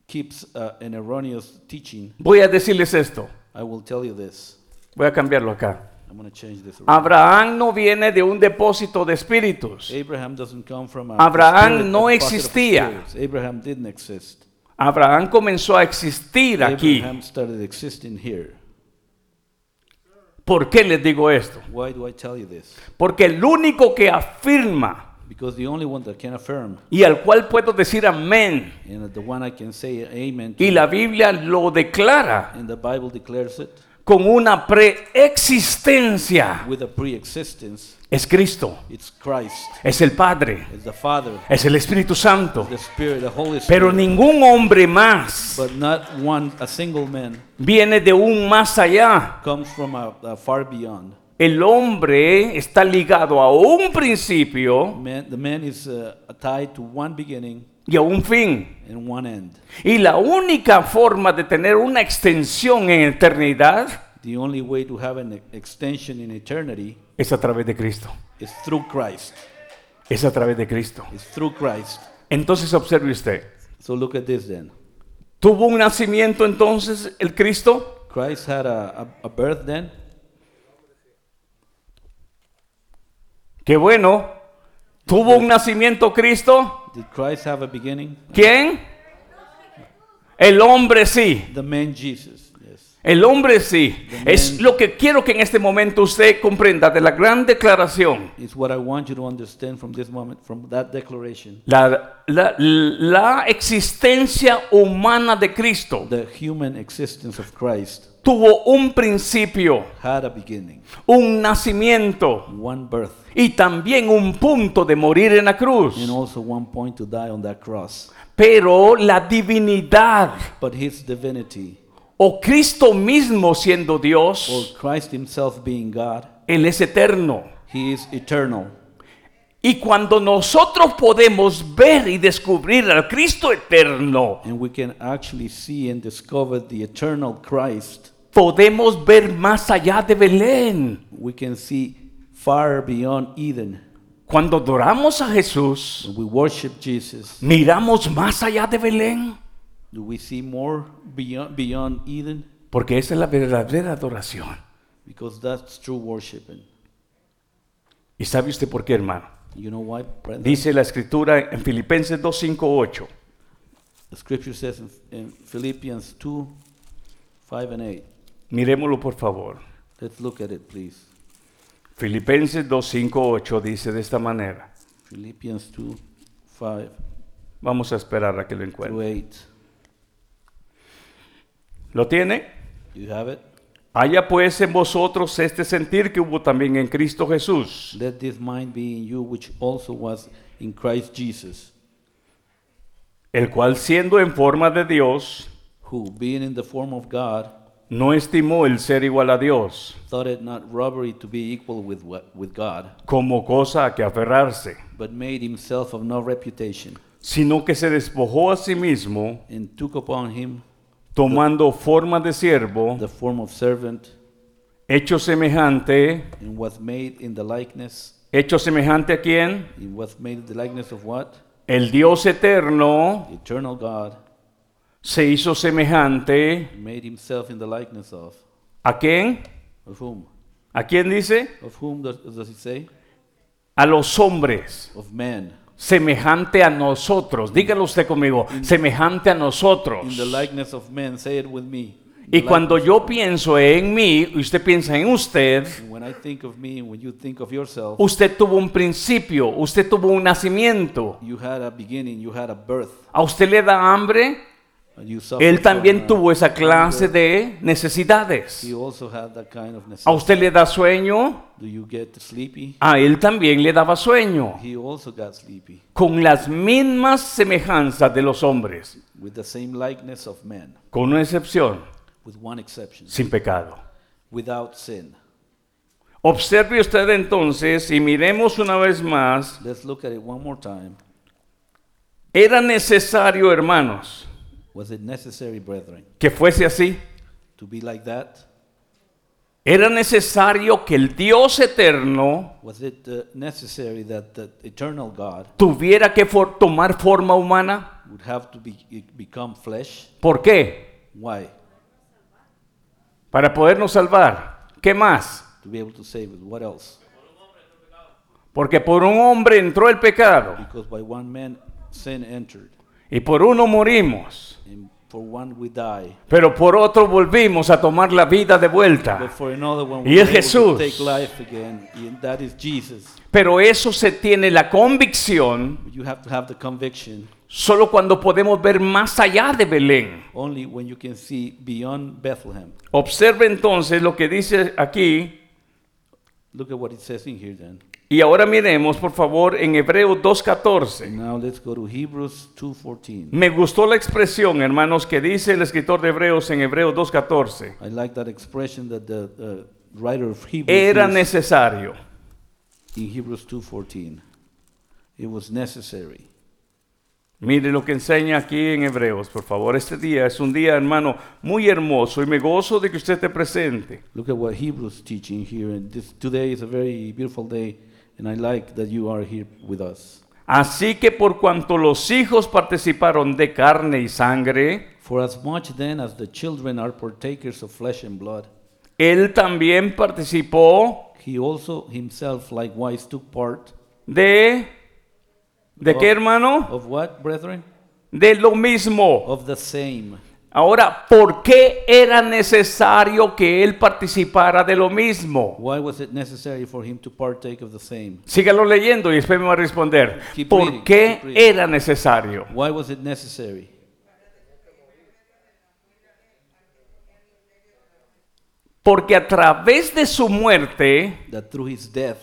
[SPEAKER 2] keeps uh, an erroneous teaching.
[SPEAKER 1] Voy a decirles esto,
[SPEAKER 2] I will tell you this.
[SPEAKER 1] voy a cambiarlo acá.
[SPEAKER 2] I'm going to change this around.
[SPEAKER 1] Abraham no viene de un depósito de espíritus.
[SPEAKER 2] Abraham doesn't come from a
[SPEAKER 1] Abraham
[SPEAKER 2] spirit-
[SPEAKER 1] no
[SPEAKER 2] a pocket of
[SPEAKER 1] existía.
[SPEAKER 2] spirits. Abraham didn't exist.
[SPEAKER 1] Abraham comenzó a existir aquí.
[SPEAKER 2] Abraham started existing here.
[SPEAKER 1] ¿Por qué les digo esto?
[SPEAKER 2] Why do I tell you this?
[SPEAKER 1] Porque el único que afirma
[SPEAKER 2] Because the only one that can affirm
[SPEAKER 1] y al cual puedo decir amén,
[SPEAKER 2] and the one I can say amen to,
[SPEAKER 1] y la Biblia lo declara
[SPEAKER 2] and the Bible declares it
[SPEAKER 1] con una preexistencia,
[SPEAKER 2] with a pre-existence,
[SPEAKER 1] es Cristo,
[SPEAKER 2] it's Christ,
[SPEAKER 1] es el Padre,
[SPEAKER 2] it's the Father,
[SPEAKER 1] es el Espíritu Santo.
[SPEAKER 2] the Spirit, the Holy
[SPEAKER 1] Pero
[SPEAKER 2] Spirit.
[SPEAKER 1] ningún hombre más
[SPEAKER 2] but not one, a single man,
[SPEAKER 1] viene de un más allá.
[SPEAKER 2] comes from a, a far beyond.
[SPEAKER 1] El hombre está ligado a un principio
[SPEAKER 2] Man, the man is uh, tied to one beginning
[SPEAKER 1] y a un fin.
[SPEAKER 2] and one end.
[SPEAKER 1] Y la única forma de tener una extensión en eternidad
[SPEAKER 2] The only way to have an e, extension in eternity
[SPEAKER 1] es a través de Cristo.
[SPEAKER 2] is through Christ.
[SPEAKER 1] Es a través de Cristo.
[SPEAKER 2] It's through Christ.
[SPEAKER 1] Entonces observe usted.
[SPEAKER 2] So look at this then.
[SPEAKER 1] ¿Tuvo un nacimiento entonces el Cristo?
[SPEAKER 2] Christ had a, a, a birth then.
[SPEAKER 1] Qué bueno. ¿Tuvo un nacimiento Cristo?
[SPEAKER 2] Did Christ have a beginning?
[SPEAKER 1] ¿Quién? El hombre sí.
[SPEAKER 2] The man Jesus. Yes.
[SPEAKER 1] El hombre sí. Es lo que quiero que en este momento usted comprenda de la gran declaración.
[SPEAKER 2] It's what I want you to understand from this moment, from that declaration.
[SPEAKER 1] La, la- la existencia humana de Cristo
[SPEAKER 2] The human existence of Christ
[SPEAKER 1] tuvo un principio,
[SPEAKER 2] had a beginning,
[SPEAKER 1] un nacimiento
[SPEAKER 2] one birth,
[SPEAKER 1] y también un punto de morir en la cruz.
[SPEAKER 2] and also one point to die on that cross.
[SPEAKER 1] Pero la divinidad
[SPEAKER 2] But his divinity,
[SPEAKER 1] o Cristo mismo siendo
[SPEAKER 2] or
[SPEAKER 1] Dios,
[SPEAKER 2] Christ himself being God,
[SPEAKER 1] Él es eterno.
[SPEAKER 2] he is eternal.
[SPEAKER 1] Y cuando nosotros podemos ver y descubrir al Cristo eterno,
[SPEAKER 2] And we can actually see and discover the eternal Christ.
[SPEAKER 1] podemos ver más allá de Belén.
[SPEAKER 2] We can see far beyond Eden.
[SPEAKER 1] Cuando adoramos a Jesús,
[SPEAKER 2] When we worship Jesus,
[SPEAKER 1] miramos más allá de Belén,
[SPEAKER 2] do we see more beyond, beyond Eden?
[SPEAKER 1] porque esa es la verdadera adoración.
[SPEAKER 2] Because that's true worshiping.
[SPEAKER 1] ¿Y sabe usted por qué, hermano?
[SPEAKER 2] You know why, brethren?
[SPEAKER 1] Dice la escritura en Filipenses 2.5.8.
[SPEAKER 2] the scripture says in, in Philippians 2 5 and 8.
[SPEAKER 1] Miremoslo por favor.
[SPEAKER 2] Let's look at it, please.
[SPEAKER 1] Filipenses 2.5.8 dice de esta manera.
[SPEAKER 2] Philippians 2 5
[SPEAKER 1] Vamos a esperar a que lo encuentre.
[SPEAKER 2] through 8.
[SPEAKER 1] ¿Lo tiene?
[SPEAKER 2] You have it?
[SPEAKER 1] Haya pues en vosotros este sentir que hubo también en Cristo Jesús.
[SPEAKER 2] Let this mind be in you, which also was in Christ Jesus,
[SPEAKER 1] el cual siendo en forma de Dios,
[SPEAKER 2] who, being in the form of God,
[SPEAKER 1] No estimó el ser igual a Dios
[SPEAKER 2] thought it not robbery to be equal with, wha- with God,
[SPEAKER 1] como cosa a que aferrarse,
[SPEAKER 2] but made himself of no reputation,
[SPEAKER 1] sino que se despojó a sí mismo,
[SPEAKER 2] and took upon him
[SPEAKER 1] tomando forma de siervo,
[SPEAKER 2] the form of servant,
[SPEAKER 1] hecho semejante,
[SPEAKER 2] and was made in the likeness.
[SPEAKER 1] hecho semejante a quién?
[SPEAKER 2] He was made in the likeness of what?
[SPEAKER 1] El Dios eterno
[SPEAKER 2] The eternal God
[SPEAKER 1] se hizo semejante
[SPEAKER 2] made himself in the likeness of.
[SPEAKER 1] a quién?
[SPEAKER 2] Of whom?
[SPEAKER 1] ¿A quién dice?
[SPEAKER 2] Of whom does, does it say?
[SPEAKER 1] A los hombres,
[SPEAKER 2] Of man.
[SPEAKER 1] semejante a nosotros. Dígalo usted conmigo, semejante a
[SPEAKER 2] In the
[SPEAKER 1] nosotros.
[SPEAKER 2] likeness of man. Say it with me. In the
[SPEAKER 1] Y cuando yo pienso en mí y usted piensa en usted,
[SPEAKER 2] likeness- when I think of me, when you think of yourself,
[SPEAKER 1] usted tuvo un principio, usted tuvo un nacimiento.
[SPEAKER 2] you had a beginning, you had a birth,
[SPEAKER 1] ¿A usted le da hambre?
[SPEAKER 2] and you suffered.
[SPEAKER 1] Él también
[SPEAKER 2] from, uh,
[SPEAKER 1] tuvo esa clase de
[SPEAKER 2] He
[SPEAKER 1] necesidades.
[SPEAKER 2] also had that kind of
[SPEAKER 1] ¿A
[SPEAKER 2] necessity.
[SPEAKER 1] usted le da sueño?
[SPEAKER 2] Do you get sleepy?
[SPEAKER 1] A él también le daba sueño.
[SPEAKER 2] He also got sleepy
[SPEAKER 1] Con las mismas semejanzas de los hombres,
[SPEAKER 2] with the same likeness of man,
[SPEAKER 1] con una excepción,
[SPEAKER 2] with one exception,
[SPEAKER 1] sin pecado.
[SPEAKER 2] without sin.
[SPEAKER 1] Observe usted entonces y miremos una vez más,
[SPEAKER 2] Let's look at it one more time.
[SPEAKER 1] era necesario, hermanos,
[SPEAKER 2] Was it necessary, brethren,
[SPEAKER 1] que fuese así.
[SPEAKER 2] to be like that?
[SPEAKER 1] Era necesario que el Dios eterno
[SPEAKER 2] Was it uh, necessary that the eternal God
[SPEAKER 1] tuviera que for- tomar forma humana.
[SPEAKER 2] would have to be, e, become flesh?
[SPEAKER 1] ¿Por qué?
[SPEAKER 2] Why?
[SPEAKER 1] Para podernos salvar. ¿Qué más?
[SPEAKER 2] To be able to save us. What else?
[SPEAKER 1] Porque por un hombre entró el pecado
[SPEAKER 2] Because by one man sin entered,
[SPEAKER 1] y por uno morimos,
[SPEAKER 2] and for one we die,
[SPEAKER 1] pero por otro volvimos a tomar la vida de
[SPEAKER 2] but
[SPEAKER 1] vuelta.
[SPEAKER 2] for another one
[SPEAKER 1] Y
[SPEAKER 2] we
[SPEAKER 1] es
[SPEAKER 2] are able
[SPEAKER 1] Jesús.
[SPEAKER 2] to take life again, and that is Jesus.
[SPEAKER 1] Pero eso se tiene la convicción
[SPEAKER 2] You have to have the conviction
[SPEAKER 1] solo cuando podemos ver más allá de Belén.
[SPEAKER 2] only when you can see beyond Bethlehem.
[SPEAKER 1] Observe entonces lo que dice aquí
[SPEAKER 2] Look at what it says in here then.
[SPEAKER 1] y ahora miremos por favor en Hebreos 2.14.
[SPEAKER 2] Now let's go to Hebrews 2:14.
[SPEAKER 1] Me gustó la expresión, hermanos, que dice el escritor de Hebreos en Hebreos 2.14.
[SPEAKER 2] I like that expression that the uh, writer of Hebrews
[SPEAKER 1] Era
[SPEAKER 2] used
[SPEAKER 1] necesario.
[SPEAKER 2] in Hebrews 2:14. It was necessary.
[SPEAKER 1] Mire lo que enseña aquí en Hebreos, por favor. Este día es un día, hermano, muy hermoso y me gozo de que usted esté presente.
[SPEAKER 2] Look at what Hebrews teaching here and this today is a very beautiful day and I like that you are here with us.
[SPEAKER 1] Así que por cuanto los hijos participaron de carne y sangre,
[SPEAKER 2] For as much then as the children are partakers of flesh and blood,
[SPEAKER 1] él también participó
[SPEAKER 2] he also himself likewise took part
[SPEAKER 1] de... ¿De qué, hermano?
[SPEAKER 2] of what, brethren?
[SPEAKER 1] De lo mismo.
[SPEAKER 2] Of the same.
[SPEAKER 1] Ahora, ¿por qué era necesario que él participara de lo mismo?
[SPEAKER 2] Why was it necessary for him to partake of the same?
[SPEAKER 1] Sígalo leyendo y después me va a responder.
[SPEAKER 2] Keep
[SPEAKER 1] ¿Por
[SPEAKER 2] reading,
[SPEAKER 1] qué
[SPEAKER 2] keep reading.
[SPEAKER 1] era necesario?
[SPEAKER 2] Why was it necessary?
[SPEAKER 1] Porque a través de su muerte,
[SPEAKER 2] That through his death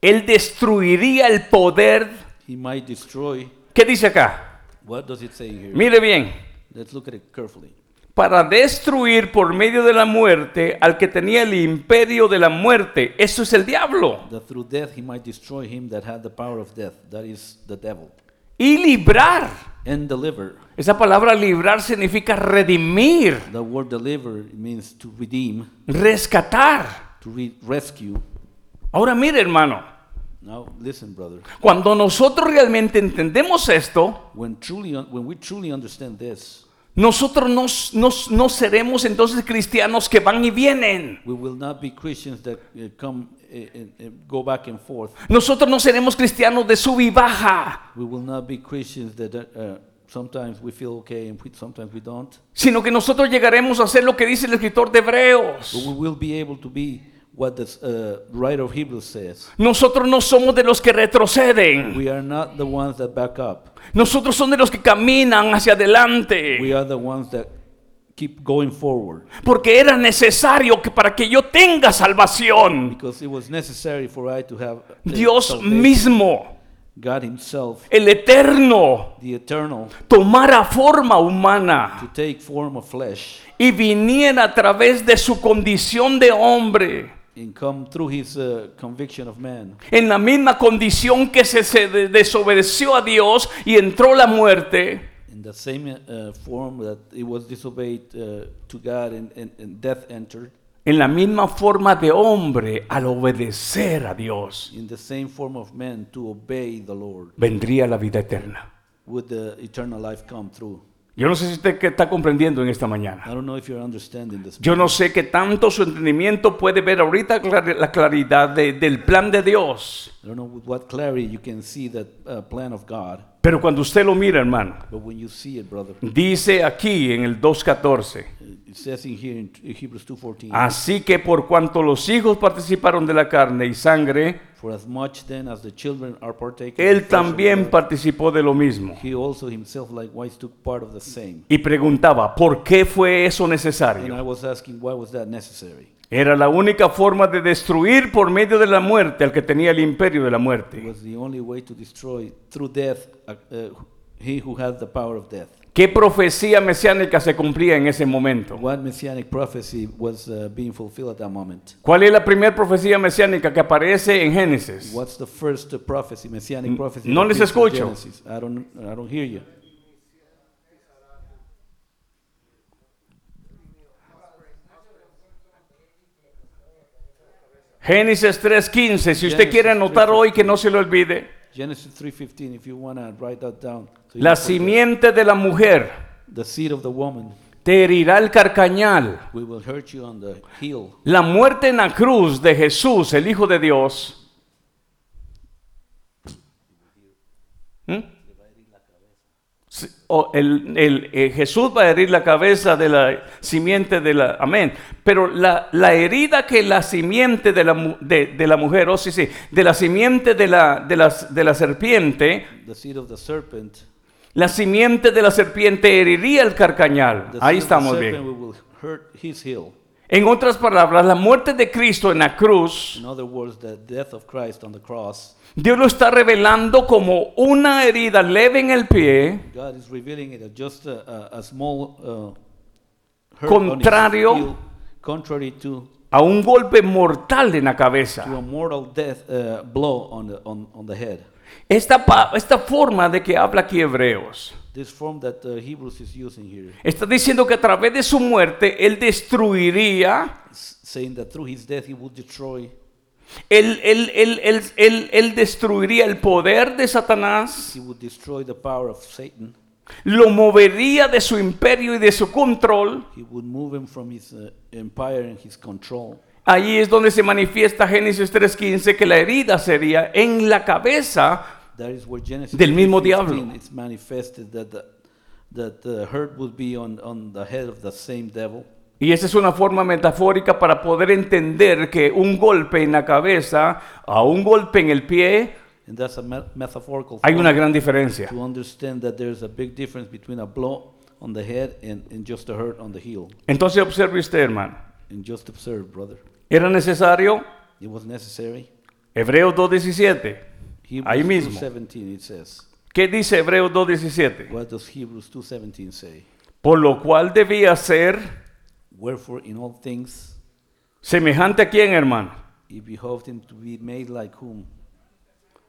[SPEAKER 1] él destruiría el poder.
[SPEAKER 2] he might destroy.
[SPEAKER 1] ¿Qué dice acá?
[SPEAKER 2] What does it say here?
[SPEAKER 1] Mire bien.
[SPEAKER 2] Let's look at it carefully.
[SPEAKER 1] Para destruir por medio de la muerte al que tenía el imperio de la muerte. Eso es el diablo.
[SPEAKER 2] That through death he might destroy him that had the power of death, that is the devil,
[SPEAKER 1] Y librar.
[SPEAKER 2] and deliver.
[SPEAKER 1] Esa palabra librar significa redimir,
[SPEAKER 2] The word deliver means to redeem,
[SPEAKER 1] rescatar.
[SPEAKER 2] to re- rescue.
[SPEAKER 1] Ahora mire hermano,
[SPEAKER 2] Now listen, brother.
[SPEAKER 1] cuando nosotros realmente entendemos esto,
[SPEAKER 2] When truly, un- when we truly understand this,
[SPEAKER 1] Nosotros no, no- no seremos entonces cristianos que van y vienen.
[SPEAKER 2] we will not be Christians that uh, come uh, and and go back and forth.
[SPEAKER 1] Nosotros no seremos cristianos de sub y baja,
[SPEAKER 2] We will not be Christians that uh, uh, sometimes we feel okay and we, sometimes we don't.
[SPEAKER 1] sino que nosotros llegaremos a hacer lo que dice el escritor de
[SPEAKER 2] But
[SPEAKER 1] Hebreos.
[SPEAKER 2] we will be able to be what the uh, writer of Hebrews says.
[SPEAKER 1] Nosotros no somos de los que retroceden.
[SPEAKER 2] We are not the ones that back up.
[SPEAKER 1] Nosotros somos de los que caminan hacia
[SPEAKER 2] We
[SPEAKER 1] adelante.
[SPEAKER 2] are the ones that keep going forward
[SPEAKER 1] Porque era necesario que para que yo tenga salvación,
[SPEAKER 2] because it was necessary for I to have uh,
[SPEAKER 1] Dios
[SPEAKER 2] salvation.
[SPEAKER 1] mismo
[SPEAKER 2] God Himself,
[SPEAKER 1] el eterno,
[SPEAKER 2] the eternal,
[SPEAKER 1] tomara forma humana
[SPEAKER 2] to take form of flesh
[SPEAKER 1] y viniera a través de su condición de hombre,
[SPEAKER 2] and come through His uh, conviction of man.
[SPEAKER 1] en la misma condición que se, se de- desobedeció a Dios y entró la muerte.
[SPEAKER 2] In the same uh, form that it was disobeyed uh, to God and, and, and death entered,
[SPEAKER 1] En la misma forma de hombre, al obedecer a Dios,
[SPEAKER 2] in the same form of man to obey the Lord,
[SPEAKER 1] vendría la vida eterna.
[SPEAKER 2] would the eternal life come through.
[SPEAKER 1] Yo no sé si usted que está comprendiendo en esta mañana.
[SPEAKER 2] I don't know if you're understanding this.
[SPEAKER 1] Yo no sé qué tanto su entendimiento puede ver ahorita clar- la claridad de- del plan de Dios.
[SPEAKER 2] I don't know with what clarity you can see that uh, plan of God,
[SPEAKER 1] Pero cuando usted lo mira, hermano,
[SPEAKER 2] but when you see it, brother,
[SPEAKER 1] dice aquí en el 2.14,
[SPEAKER 2] it says in here in Hebrews 2:14,
[SPEAKER 1] así que por cuanto los hijos participaron de la carne y sangre,
[SPEAKER 2] for as much then as the children are partakers, of
[SPEAKER 1] él
[SPEAKER 2] the flesh of
[SPEAKER 1] también
[SPEAKER 2] God,
[SPEAKER 1] participó de lo mismo.
[SPEAKER 2] he also himself likewise took part of the same.
[SPEAKER 1] Y preguntaba, ¿por qué fue eso
[SPEAKER 2] And
[SPEAKER 1] necesario?
[SPEAKER 2] I was asking, why was that necessary?
[SPEAKER 1] Era la única forma de destruir por medio de la muerte al que tenía el imperio de la
[SPEAKER 2] It
[SPEAKER 1] muerte.
[SPEAKER 2] was the only way to destroy through death uh, uh, he who had the power of death.
[SPEAKER 1] ¿Qué profecía mesiánica se cumplía en ese momento?
[SPEAKER 2] What messianic prophecy was uh, being fulfilled at that moment?
[SPEAKER 1] ¿Cuál es la primera profecía mesiánica que aparece en Génesis?
[SPEAKER 2] What's the first uh, prophecy, messianic prophecy?
[SPEAKER 1] no
[SPEAKER 2] that
[SPEAKER 1] les
[SPEAKER 2] appears in
[SPEAKER 1] escucho.
[SPEAKER 2] Genesis? I don't, I don't hear you.
[SPEAKER 1] Génesis 3.15, si usted
[SPEAKER 2] Génesis
[SPEAKER 1] quiere anotar hoy que no se lo olvide,
[SPEAKER 2] Genesis 3:15. If you wanna write that down. so you
[SPEAKER 1] la
[SPEAKER 2] don't forget.
[SPEAKER 1] simiente de la mujer
[SPEAKER 2] The seed of the woman.
[SPEAKER 1] te herirá el carcañal.
[SPEAKER 2] We will hurt you on the heel.
[SPEAKER 1] La muerte en la cruz de Jesús, el Hijo de Dios. ¿Mm? Sí, o el- el- eh, Jesús va a herir la cabeza de la simiente de la... Amén. Pero la, la herida que la simiente de la, mu- de, de la mujer, oh sí, sí, de la simiente de la, de las- de la serpiente,
[SPEAKER 2] The seed of the serpent.
[SPEAKER 1] la simiente de la serpiente heriría el carcañal.
[SPEAKER 2] The
[SPEAKER 1] Ahí
[SPEAKER 2] seed of the
[SPEAKER 1] estamos
[SPEAKER 2] serpent,
[SPEAKER 1] bien.
[SPEAKER 2] We will hurt his heel.
[SPEAKER 1] En otras palabras, la muerte de Cristo en la cruz
[SPEAKER 2] In other words, the death of Christ on the cross.
[SPEAKER 1] Dios lo está revelando como una herida leve en el pie,
[SPEAKER 2] God is revealing it as just a, a, a small uh,
[SPEAKER 1] Contrario.
[SPEAKER 2] on his heel, contrary to,
[SPEAKER 1] a un golpe mortal en la
[SPEAKER 2] to
[SPEAKER 1] cabeza.
[SPEAKER 2] a mortal death uh, blow on the, on, on the head.
[SPEAKER 1] Esta, pa- esta forma de que habla aquí Hebreos
[SPEAKER 2] This form that uh, Hebrews is using here,
[SPEAKER 1] está diciendo que a través de su muerte Él destruiría,
[SPEAKER 2] s- saying that through his death he would destroy,
[SPEAKER 1] él, él- él- él- él- él destruiría el poder de Satanás,
[SPEAKER 2] he would destroy the power of Satan.
[SPEAKER 1] lo movería de su imperio y de su control.
[SPEAKER 2] He would move him from his uh, empire and his control.
[SPEAKER 1] Ahí es donde se manifiesta Génesis 3.15 que la herida sería en la cabeza
[SPEAKER 2] That is where Genesis
[SPEAKER 1] Del mismo
[SPEAKER 2] 3:15,
[SPEAKER 1] diablo.
[SPEAKER 2] It's manifested that the, that the hurt would be on, on the head of the same devil.
[SPEAKER 1] Y esa es una forma metafórica para poder entender que un golpe en la cabeza a un golpe en el pie
[SPEAKER 2] And that's a me- metaphorical
[SPEAKER 1] hay
[SPEAKER 2] form
[SPEAKER 1] una gran diferencia.
[SPEAKER 2] to understand that there's a big difference between a blow on the head and, and just a hurt on the heel.
[SPEAKER 1] Entonces observe usted, hermano.
[SPEAKER 2] And just observe, brother.
[SPEAKER 1] ¿Era necesario?
[SPEAKER 2] It was necessary.
[SPEAKER 1] Hebreos 2.17. Ahí
[SPEAKER 2] Hebrews
[SPEAKER 1] mismo.
[SPEAKER 2] 2.17 it says.
[SPEAKER 1] ¿Qué dice Hebreos 2.17?
[SPEAKER 2] What does Hebrews 2.17 say?
[SPEAKER 1] Por lo cual debía ser
[SPEAKER 2] Wherefore in all things
[SPEAKER 1] semejante a quién, hermano.
[SPEAKER 2] it behoved him to be made like whom?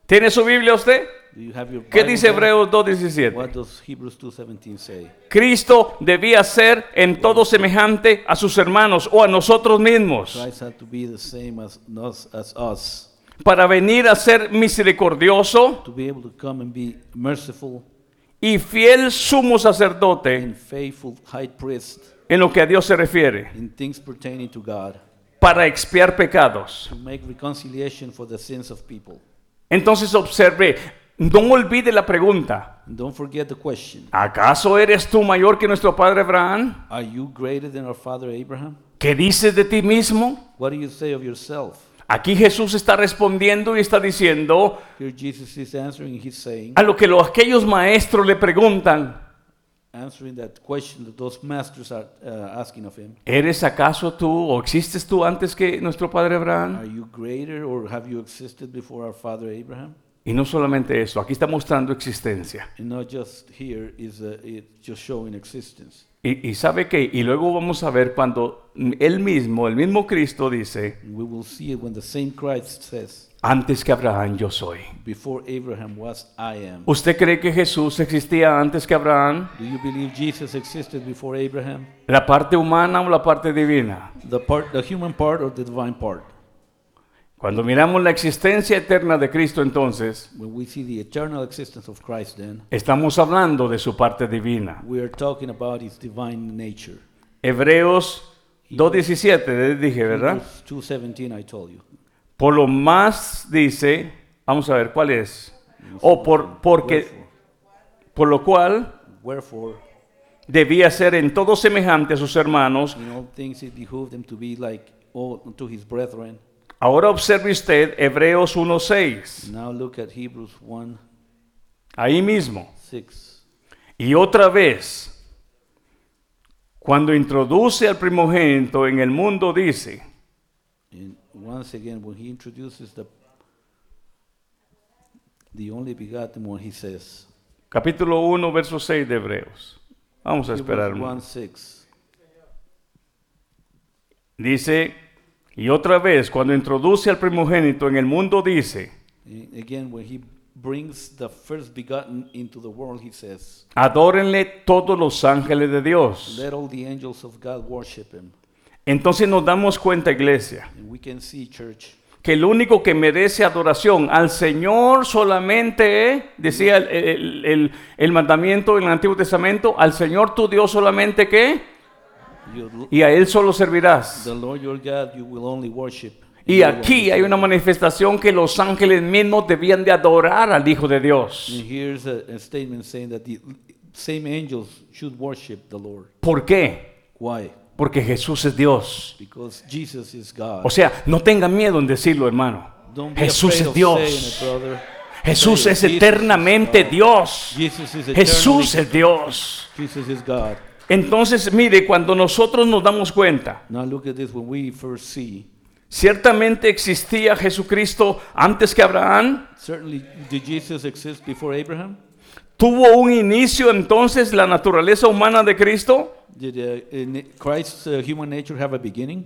[SPEAKER 1] ¿Tiene su Biblia usted?
[SPEAKER 2] Do you have your
[SPEAKER 1] ¿Qué
[SPEAKER 2] Bible
[SPEAKER 1] dice
[SPEAKER 2] there?
[SPEAKER 1] Hebreos 2.17?
[SPEAKER 2] What does Hebrews 2.17 say?
[SPEAKER 1] Cristo debía ser en todo semejante a sus hermanos o a nosotros mismos.
[SPEAKER 2] Christ had to be the same as us, as us
[SPEAKER 1] para venir a ser misericordioso
[SPEAKER 2] to be able to come and be merciful
[SPEAKER 1] y fiel sumo sacerdote
[SPEAKER 2] and faithful high priest
[SPEAKER 1] en lo que a Dios se refiere,
[SPEAKER 2] in things pertaining to God.
[SPEAKER 1] para expiar pecados.
[SPEAKER 2] to make reconciliation for the sins of people.
[SPEAKER 1] Entonces observe, no olvide la pregunta,
[SPEAKER 2] And don't forget the question
[SPEAKER 1] ¿acaso eres tú mayor que nuestro padre Abraham?
[SPEAKER 2] Are you greater than our father Abraham?
[SPEAKER 1] ¿Qué dices de ti mismo?
[SPEAKER 2] What do you say of yourself?
[SPEAKER 1] Aquí Jesús está respondiendo y está diciendo
[SPEAKER 2] Here Jesus is answering, he's saying,
[SPEAKER 1] a lo que los, aquellos maestros le preguntan,
[SPEAKER 2] answering that question that those masters are uh, asking of him.
[SPEAKER 1] ¿eres acaso tú o existes tú antes que nuestro padre Abraham?
[SPEAKER 2] Are you greater or have you existed before our father Abraham?
[SPEAKER 1] Y no solamente eso, aquí está mostrando existencia.
[SPEAKER 2] And not just here is uh, it just showing existence.
[SPEAKER 1] Y, y sabe qué, y luego vamos a ver cuando él mismo, el mismo Cristo dice,
[SPEAKER 2] And we will see it when the same Christ says,
[SPEAKER 1] antes que Abraham yo soy.
[SPEAKER 2] "Before Abraham was, I am."
[SPEAKER 1] ¿Usted cree que Jesús existía antes que Abraham?
[SPEAKER 2] Do you believe Jesus existed before Abraham?
[SPEAKER 1] ¿La parte humana o la parte divina?
[SPEAKER 2] The part, the human part, or the divine part?
[SPEAKER 1] Cuando miramos la existencia eterna de Cristo entonces,
[SPEAKER 2] When we see the eternal existence of Christ, then
[SPEAKER 1] estamos hablando de su parte divina.
[SPEAKER 2] we are talking about His divine nature.
[SPEAKER 1] Hebreos 2.17, les dije, ¿verdad?
[SPEAKER 2] Hebrews 2:17, I told you.
[SPEAKER 1] Por lo más dice, vamos a ver cuál es. O por, porque, por lo cual
[SPEAKER 2] Wherefore,
[SPEAKER 1] debía ser en todo semejante a sus hermanos.
[SPEAKER 2] in all things it behooved him to be like all unto his brethren.
[SPEAKER 1] Ahora observe usted Hebreos 1.6,
[SPEAKER 2] Now look at Hebrews 1:6.
[SPEAKER 1] ahí mismo. Y otra vez, cuando introduce al primogénito en el mundo, dice,
[SPEAKER 2] And once again, when he introduces the the only begotten one, he says,
[SPEAKER 1] capítulo 1, verso 6 de Hebreos. Vamos a esperar.
[SPEAKER 2] Hebrews
[SPEAKER 1] un
[SPEAKER 2] 1
[SPEAKER 1] momento.
[SPEAKER 2] 6.
[SPEAKER 1] Dice, y otra vez, cuando introduce al primogénito en el mundo, dice,
[SPEAKER 2] And Again, when he brings the first begotten into the world, he says,
[SPEAKER 1] adórenle todos los ángeles de Dios.
[SPEAKER 2] Let all the angels of God worship him.
[SPEAKER 1] Entonces nos damos cuenta, iglesia,
[SPEAKER 2] And we can see, church,
[SPEAKER 1] que el único que merece adoración al Señor solamente, eh, decía el, el- el- el mandamiento en el Antiguo Testamento, al Señor tu Dios solamente que,
[SPEAKER 2] your,
[SPEAKER 1] y a Él solo servirás.
[SPEAKER 2] the Lord your God, you will only worship.
[SPEAKER 1] Y aquí hay una manifestación que los ángeles mismos debían de adorar al Hijo de
[SPEAKER 2] And
[SPEAKER 1] Dios.
[SPEAKER 2] here's a, a statement saying that the same angels should worship the Lord.
[SPEAKER 1] ¿Por qué?
[SPEAKER 2] Why?
[SPEAKER 1] Porque Jesús es Dios.
[SPEAKER 2] Because Jesus is God.
[SPEAKER 1] O sea, no tengan miedo en decirlo, hermano.
[SPEAKER 2] Don't be
[SPEAKER 1] Jesús
[SPEAKER 2] afraid
[SPEAKER 1] es
[SPEAKER 2] of saying it,
[SPEAKER 1] Dios.
[SPEAKER 2] brother.
[SPEAKER 1] Jesús
[SPEAKER 2] Say it.
[SPEAKER 1] es
[SPEAKER 2] Jesus
[SPEAKER 1] eternamente
[SPEAKER 2] God.
[SPEAKER 1] Dios.
[SPEAKER 2] Jesus is
[SPEAKER 1] Jesús
[SPEAKER 2] eternally-
[SPEAKER 1] es Dios.
[SPEAKER 2] Jesus is God.
[SPEAKER 1] Entonces, mire, cuando nosotros nos damos cuenta,
[SPEAKER 2] Now look at this when we first see.
[SPEAKER 1] ciertamente existía Jesucristo antes que Abraham,
[SPEAKER 2] Certainly, did Jesus exist before Abraham?
[SPEAKER 1] tuvo un inicio entonces la naturaleza humana de Cristo,
[SPEAKER 2] Did uh, in Christ's uh, human nature have a beginning?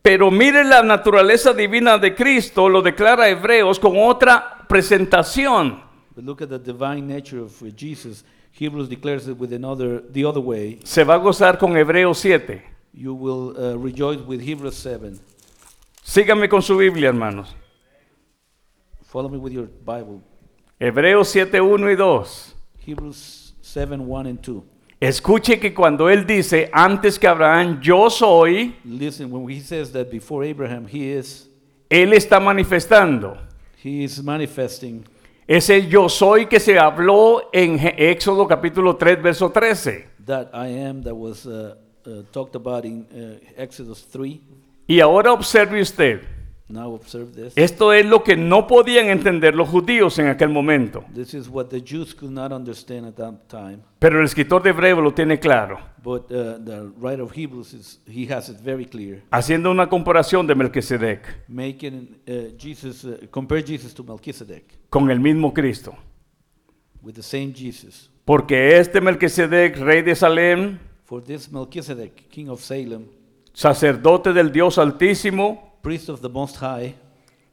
[SPEAKER 1] pero mire la naturaleza divina de Cristo, lo declara Hebreos con otra presentación.
[SPEAKER 2] But look at the divine nature of uh, Jesus. Hebrews declares it with another, the other way.
[SPEAKER 1] Se va a gozar con Hebreos 7.
[SPEAKER 2] You will uh, rejoice with Hebrews 7.
[SPEAKER 1] Síganme con su Biblia, hermanos.
[SPEAKER 2] Follow me with your Bible.
[SPEAKER 1] Hebreos 7, 1 y 2.
[SPEAKER 2] Hebrews 7 1 and 2.
[SPEAKER 1] Escuche que cuando él dice, antes que Abraham yo soy,
[SPEAKER 2] Listen, when he says that before Abraham, he is,
[SPEAKER 1] él está manifestando.
[SPEAKER 2] he is manifesting
[SPEAKER 1] Ese yo soy que se habló en Ge- Éxodo capítulo 3, verso 13.
[SPEAKER 2] that I am that was uh, uh, talked about in uh, Exodus 3.
[SPEAKER 1] Y ahora observe usted,
[SPEAKER 2] Now observe this.
[SPEAKER 1] esto es lo que no podían entender los judíos en aquel momento.
[SPEAKER 2] This is what the Jews could not understand at that time.
[SPEAKER 1] Pero el escritor de Hebreo lo tiene claro,
[SPEAKER 2] But uh, the writer of Hebrews is he has it very clear.
[SPEAKER 1] haciendo una comparación de Melquisedec
[SPEAKER 2] Making uh, Jesus uh, compare Jesus to Melchizedek
[SPEAKER 1] con el mismo Cristo.
[SPEAKER 2] with the same Jesus.
[SPEAKER 1] Porque este Melquisedec, rey de Salem,
[SPEAKER 2] For this Melchizedek, king of Salem,
[SPEAKER 1] sacerdote del Dios Altísimo,
[SPEAKER 2] priest of the Most High,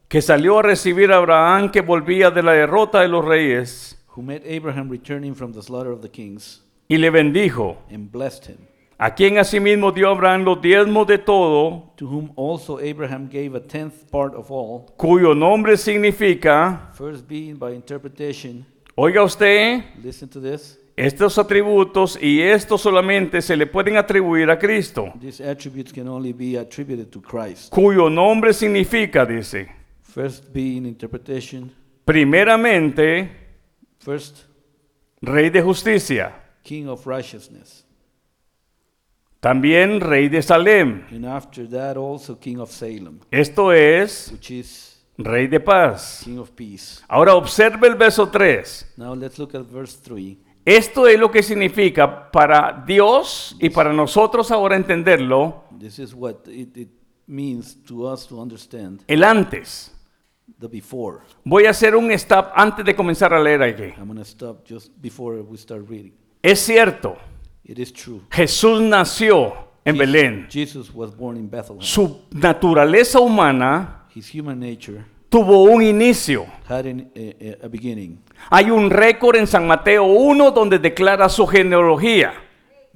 [SPEAKER 1] que salió a recibir a Abraham que volvía de la derrota de los reyes,
[SPEAKER 2] who met Abraham returning from the slaughter of the kings
[SPEAKER 1] y le bendijo,
[SPEAKER 2] and blessed him,
[SPEAKER 1] a quien asimismo dio Abraham los diezmos de todo,
[SPEAKER 2] to whom also Abraham gave a tenth part of all,
[SPEAKER 1] cuyo nombre significa,
[SPEAKER 2] first being by interpretation,
[SPEAKER 1] oiga usted,
[SPEAKER 2] listen to this,
[SPEAKER 1] estos atributos y estos solamente se le pueden atribuir a Cristo,
[SPEAKER 2] these attributes can only be attributed to Christ.
[SPEAKER 1] cuyo nombre significa, dice,
[SPEAKER 2] First being interpretation,
[SPEAKER 1] primeramente,
[SPEAKER 2] first
[SPEAKER 1] rey de justicia,
[SPEAKER 2] king of righteousness,
[SPEAKER 1] también rey de Salem,
[SPEAKER 2] and after that also king of Salem,
[SPEAKER 1] esto es,
[SPEAKER 2] which is
[SPEAKER 1] rey de paz.
[SPEAKER 2] king of peace.
[SPEAKER 1] Ahora observe el verso 3.
[SPEAKER 2] Now let's look at verse 3.
[SPEAKER 1] Esto es lo que significa para Dios y para nosotros ahora entenderlo,
[SPEAKER 2] This is what it, it means to us to understand
[SPEAKER 1] el antes.
[SPEAKER 2] the before.
[SPEAKER 1] Voy a hacer un stop antes de comenzar a leer aquí.
[SPEAKER 2] I'm going to stop just before we start reading.
[SPEAKER 1] Es cierto,
[SPEAKER 2] It is true.
[SPEAKER 1] Jesús nació en Belén.
[SPEAKER 2] Jesus was born in Bethlehem.
[SPEAKER 1] Su naturaleza humana
[SPEAKER 2] His human nature
[SPEAKER 1] tuvo un inicio.
[SPEAKER 2] had an, a, a- a beginning.
[SPEAKER 1] Hay un récord en San Mateo 1 donde declara su genealogía.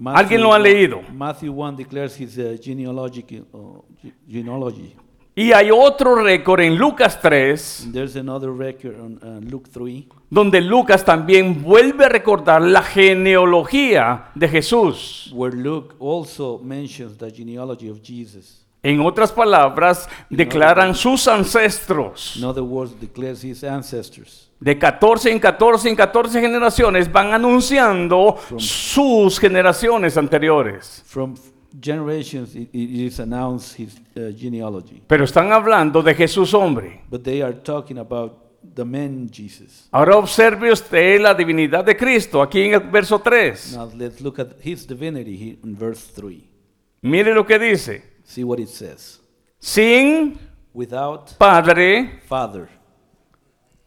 [SPEAKER 1] ¿Alguien lo ha leído?
[SPEAKER 2] Matthew 1 declares his uh, genealogical uh, ge- genealogy.
[SPEAKER 1] Y hay otro récord en Lucas 3
[SPEAKER 2] And there's another record on uh, Luke 3
[SPEAKER 1] donde Lucas también vuelve a recordar la genealogía de Jesús.
[SPEAKER 2] where Luke also mentions the genealogy of Jesus.
[SPEAKER 1] En otras palabras, declaran sus ancestros.
[SPEAKER 2] In other words, declares his ancestors.
[SPEAKER 1] De 14 en 14 en 14 generaciones van anunciando sus generaciones anteriores.
[SPEAKER 2] From f- generations, it, it is announced his uh, genealogy.
[SPEAKER 1] Pero están hablando de Jesús hombre.
[SPEAKER 2] But they are talking about the man Jesus.
[SPEAKER 1] Ahora observe usted la divinidad de Cristo aquí en el verso 3.
[SPEAKER 2] Now let's look at his divinity here in verse 3.
[SPEAKER 1] Mire lo que dice.
[SPEAKER 2] See what it says.
[SPEAKER 1] Sin
[SPEAKER 2] Without
[SPEAKER 1] Padre,
[SPEAKER 2] Father.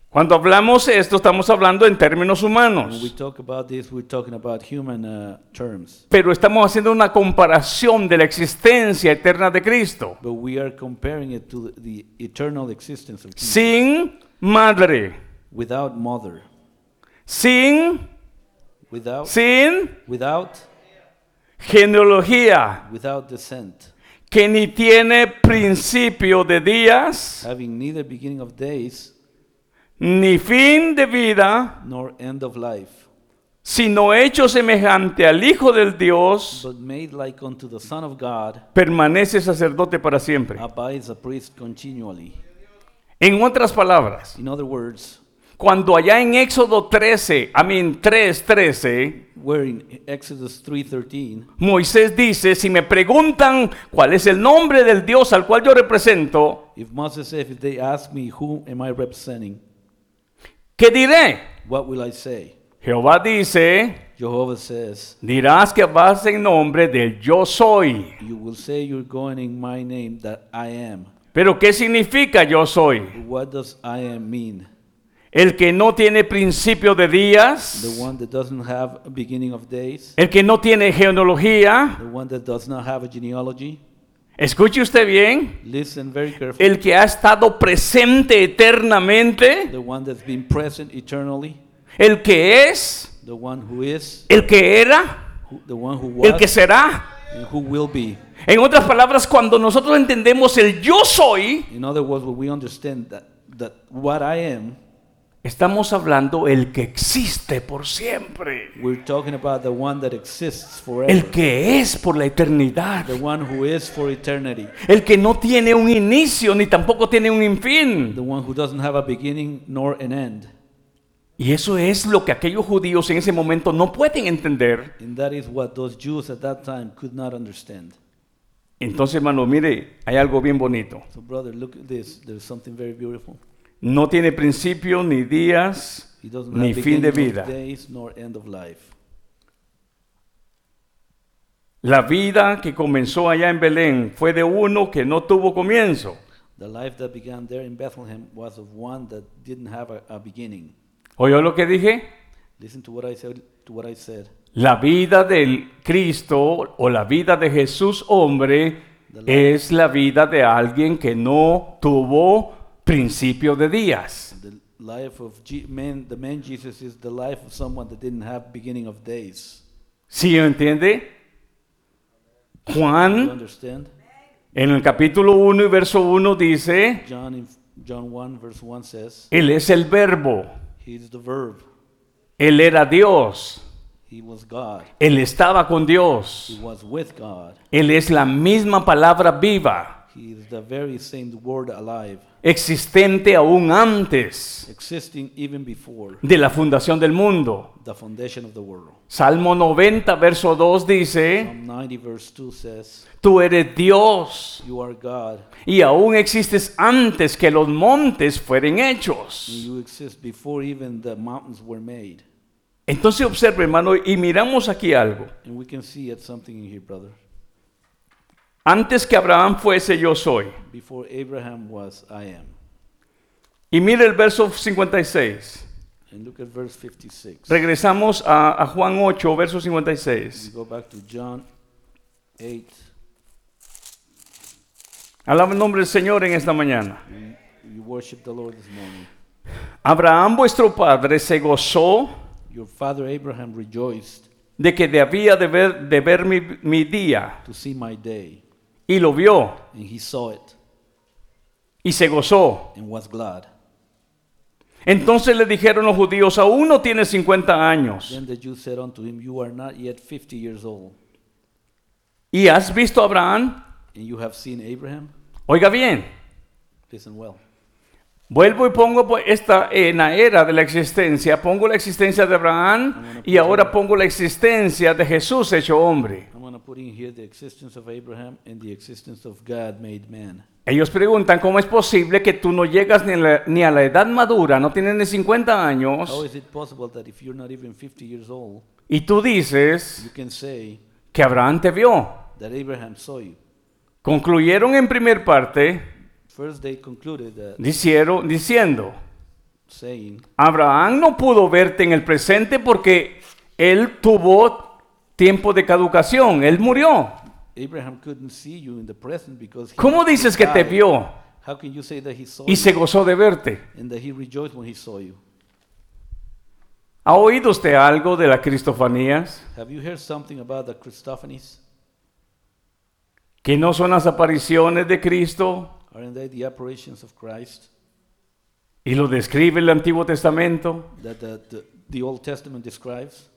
[SPEAKER 1] Cuando hablamos esto, estamos hablando en términos
[SPEAKER 2] When we
[SPEAKER 1] humanos,
[SPEAKER 2] talk about this, we're talking about human uh, terms.
[SPEAKER 1] pero estamos haciendo una comparación de la existencia eterna de Cristo.
[SPEAKER 2] But we are comparing it to the, the eternal existence of Jesus.
[SPEAKER 1] Sin madre,
[SPEAKER 2] Without mother.
[SPEAKER 1] sin,
[SPEAKER 2] Without,
[SPEAKER 1] sin
[SPEAKER 2] without,
[SPEAKER 1] genealogía,
[SPEAKER 2] without descent.
[SPEAKER 1] que ni tiene principio de días,
[SPEAKER 2] Having neither beginning of days
[SPEAKER 1] ni fin de vida,
[SPEAKER 2] nor end of life.
[SPEAKER 1] sino hecho semejante al Hijo del Dios,
[SPEAKER 2] But made like unto the Son of God,
[SPEAKER 1] permanece sacerdote para siempre.
[SPEAKER 2] abides a priest continually.
[SPEAKER 1] En otras palabras,
[SPEAKER 2] In other words,
[SPEAKER 1] cuando allá en Éxodo 13, a mí en 3.13,
[SPEAKER 2] we're in Exodus 3.13.
[SPEAKER 1] Moisés dice, si me preguntan cuál es el nombre del Dios al cual yo represento,
[SPEAKER 2] If Moses said, if they ask me, who am I representing?
[SPEAKER 1] ¿qué diré?
[SPEAKER 2] What will I say?
[SPEAKER 1] Jehová dice,
[SPEAKER 2] Jehovah says,
[SPEAKER 1] dirás que vas en nombre del yo soy.
[SPEAKER 2] You will say you're going in my name that I am.
[SPEAKER 1] Pero ¿qué significa yo soy?
[SPEAKER 2] What does I am mean?
[SPEAKER 1] El que no tiene principio de
[SPEAKER 2] The
[SPEAKER 1] días,
[SPEAKER 2] one that doesn't have a beginning of days,
[SPEAKER 1] el que no tiene genealogía,
[SPEAKER 2] the one that does not have a genealogy.
[SPEAKER 1] escuche usted bien,
[SPEAKER 2] Listen very carefully.
[SPEAKER 1] el que ha estado presente eternamente,
[SPEAKER 2] The one that's been present eternally,
[SPEAKER 1] el que es,
[SPEAKER 2] the one who is,
[SPEAKER 1] el que era,
[SPEAKER 2] who- the one who
[SPEAKER 1] el que
[SPEAKER 2] was,
[SPEAKER 1] será.
[SPEAKER 2] and who will be.
[SPEAKER 1] En otras palabras, cuando nosotros entendemos el yo soy,
[SPEAKER 2] In other words, when we understand that, that what I am,
[SPEAKER 1] estamos hablando el que existe por siempre,
[SPEAKER 2] we're talking about the one that exists
[SPEAKER 1] el
[SPEAKER 2] forever,
[SPEAKER 1] que es por la eternidad,
[SPEAKER 2] the one who is for eternity,
[SPEAKER 1] el que no tiene un inicio ni tampoco tiene un
[SPEAKER 2] the
[SPEAKER 1] fin.
[SPEAKER 2] one who doesn't have a beginning nor an end.
[SPEAKER 1] Y eso es lo que aquellos judíos en ese momento no pueden entender.
[SPEAKER 2] And that is what those Jews at that time could not understand.
[SPEAKER 1] Entonces, hermano, mire, hay algo bien bonito.
[SPEAKER 2] So, brother, look at this. There's something very beautiful.
[SPEAKER 1] No tiene principio ni días
[SPEAKER 2] He doesn't
[SPEAKER 1] ni
[SPEAKER 2] have
[SPEAKER 1] fin de
[SPEAKER 2] beginning
[SPEAKER 1] vida.
[SPEAKER 2] of days nor end of life.
[SPEAKER 1] La vida que comenzó allá en Belén fue de uno que no tuvo comienzo.
[SPEAKER 2] The life that began there in Bethlehem was of one that didn't have a, a beginning.
[SPEAKER 1] ¿Oyó lo que dije?
[SPEAKER 2] Listen to what I said. To what I said.
[SPEAKER 1] La vida del Cristo o la vida de Jesús hombre es la vida de alguien que no tuvo principio de días.
[SPEAKER 2] The life of Je- man, the man Jesus, is the life of someone that didn't have beginning of days.
[SPEAKER 1] ¿Sí entiende?
[SPEAKER 2] You
[SPEAKER 1] Juan
[SPEAKER 2] understand?
[SPEAKER 1] en el capítulo 1 y verso 1 dice,
[SPEAKER 2] John in John one verse one says,
[SPEAKER 1] Él es el verbo,
[SPEAKER 2] He is the Verb.
[SPEAKER 1] Él era Dios,
[SPEAKER 2] He was God.
[SPEAKER 1] Él estaba con
[SPEAKER 2] He
[SPEAKER 1] Dios,
[SPEAKER 2] was with God.
[SPEAKER 1] Él es la misma palabra viva,
[SPEAKER 2] He is the very same word alive,
[SPEAKER 1] existente aún antes
[SPEAKER 2] existing even before
[SPEAKER 1] de la fundación del mundo.
[SPEAKER 2] the foundation of the world.
[SPEAKER 1] Salmo 90, verso 2 dice,
[SPEAKER 2] Psalm 90, verse 2 says,
[SPEAKER 1] tú eres Dios
[SPEAKER 2] You are God,
[SPEAKER 1] y aún existes antes que los montes fueren
[SPEAKER 2] and
[SPEAKER 1] hechos.
[SPEAKER 2] you exist before even the mountains were made.
[SPEAKER 1] Entonces observe, hermano, y miramos aquí algo.
[SPEAKER 2] And we can see it something in here, brother.
[SPEAKER 1] Antes que Abraham fuese yo soy.
[SPEAKER 2] Before Abraham was, I am.
[SPEAKER 1] Y mire el verso 56.
[SPEAKER 2] And look at verse 56.
[SPEAKER 1] Regresamos a, a Juan 8, verso 56.
[SPEAKER 2] We go back to John 8.
[SPEAKER 1] Alaba el nombre del Señor en esta mañana.
[SPEAKER 2] We, we worship the Lord this morning.
[SPEAKER 1] Abraham vuestro padre se gozó
[SPEAKER 2] Your father Abraham rejoiced
[SPEAKER 1] de que debía de ver, de ver mi, mi día
[SPEAKER 2] to see my day,
[SPEAKER 1] y lo vio
[SPEAKER 2] and he saw it
[SPEAKER 1] y se gozó.
[SPEAKER 2] and was glad.
[SPEAKER 1] Entonces le dijeron los judíos, aún no tiene 50 años
[SPEAKER 2] Then the Jews said unto him, You are not yet fifty years old,
[SPEAKER 1] y has visto a Abraham.
[SPEAKER 2] and you have seen Abraham?
[SPEAKER 1] Oiga bien,
[SPEAKER 2] Listen well.
[SPEAKER 1] vuelvo y pongo pues, esta en la era de la existencia, pongo la existencia de Abraham y ahora pongo la existencia de Jesús hecho hombre.
[SPEAKER 2] I'm going to put in here the existence of Abraham and the existence of God made man.
[SPEAKER 1] Ellos preguntan, ¿cómo es posible que tú no llegas ni a la, ni a la edad madura, no tienes ni 50
[SPEAKER 2] How
[SPEAKER 1] años,
[SPEAKER 2] is it possible that if you're not even 50 years old,
[SPEAKER 1] y tú dices
[SPEAKER 2] you can say
[SPEAKER 1] que Abraham te vio?
[SPEAKER 2] that Abraham saw you?
[SPEAKER 1] Concluyeron en primer parte
[SPEAKER 2] First, they concluded that
[SPEAKER 1] dicieron- diciendo,
[SPEAKER 2] saying,
[SPEAKER 1] Abraham no pudo verte en el presente porque él tuvo tiempo de caducación, él murió.
[SPEAKER 2] Abraham couldn't see you in the present because he
[SPEAKER 1] ¿Cómo dices que te
[SPEAKER 2] died.
[SPEAKER 1] vio
[SPEAKER 2] How can you say that he saw
[SPEAKER 1] y
[SPEAKER 2] you
[SPEAKER 1] se gozó de verte?
[SPEAKER 2] and that he rejoiced when he saw you?
[SPEAKER 1] ¿Ha oído usted algo de la cristofanías?
[SPEAKER 2] Have you heard something about the Christophanies?
[SPEAKER 1] ¿Que no son las apariciones de Cristo
[SPEAKER 2] Aren't they the apparitions of Christ
[SPEAKER 1] y lo describe el Antiguo Testamento?
[SPEAKER 2] that the, the, the Old Testament describes?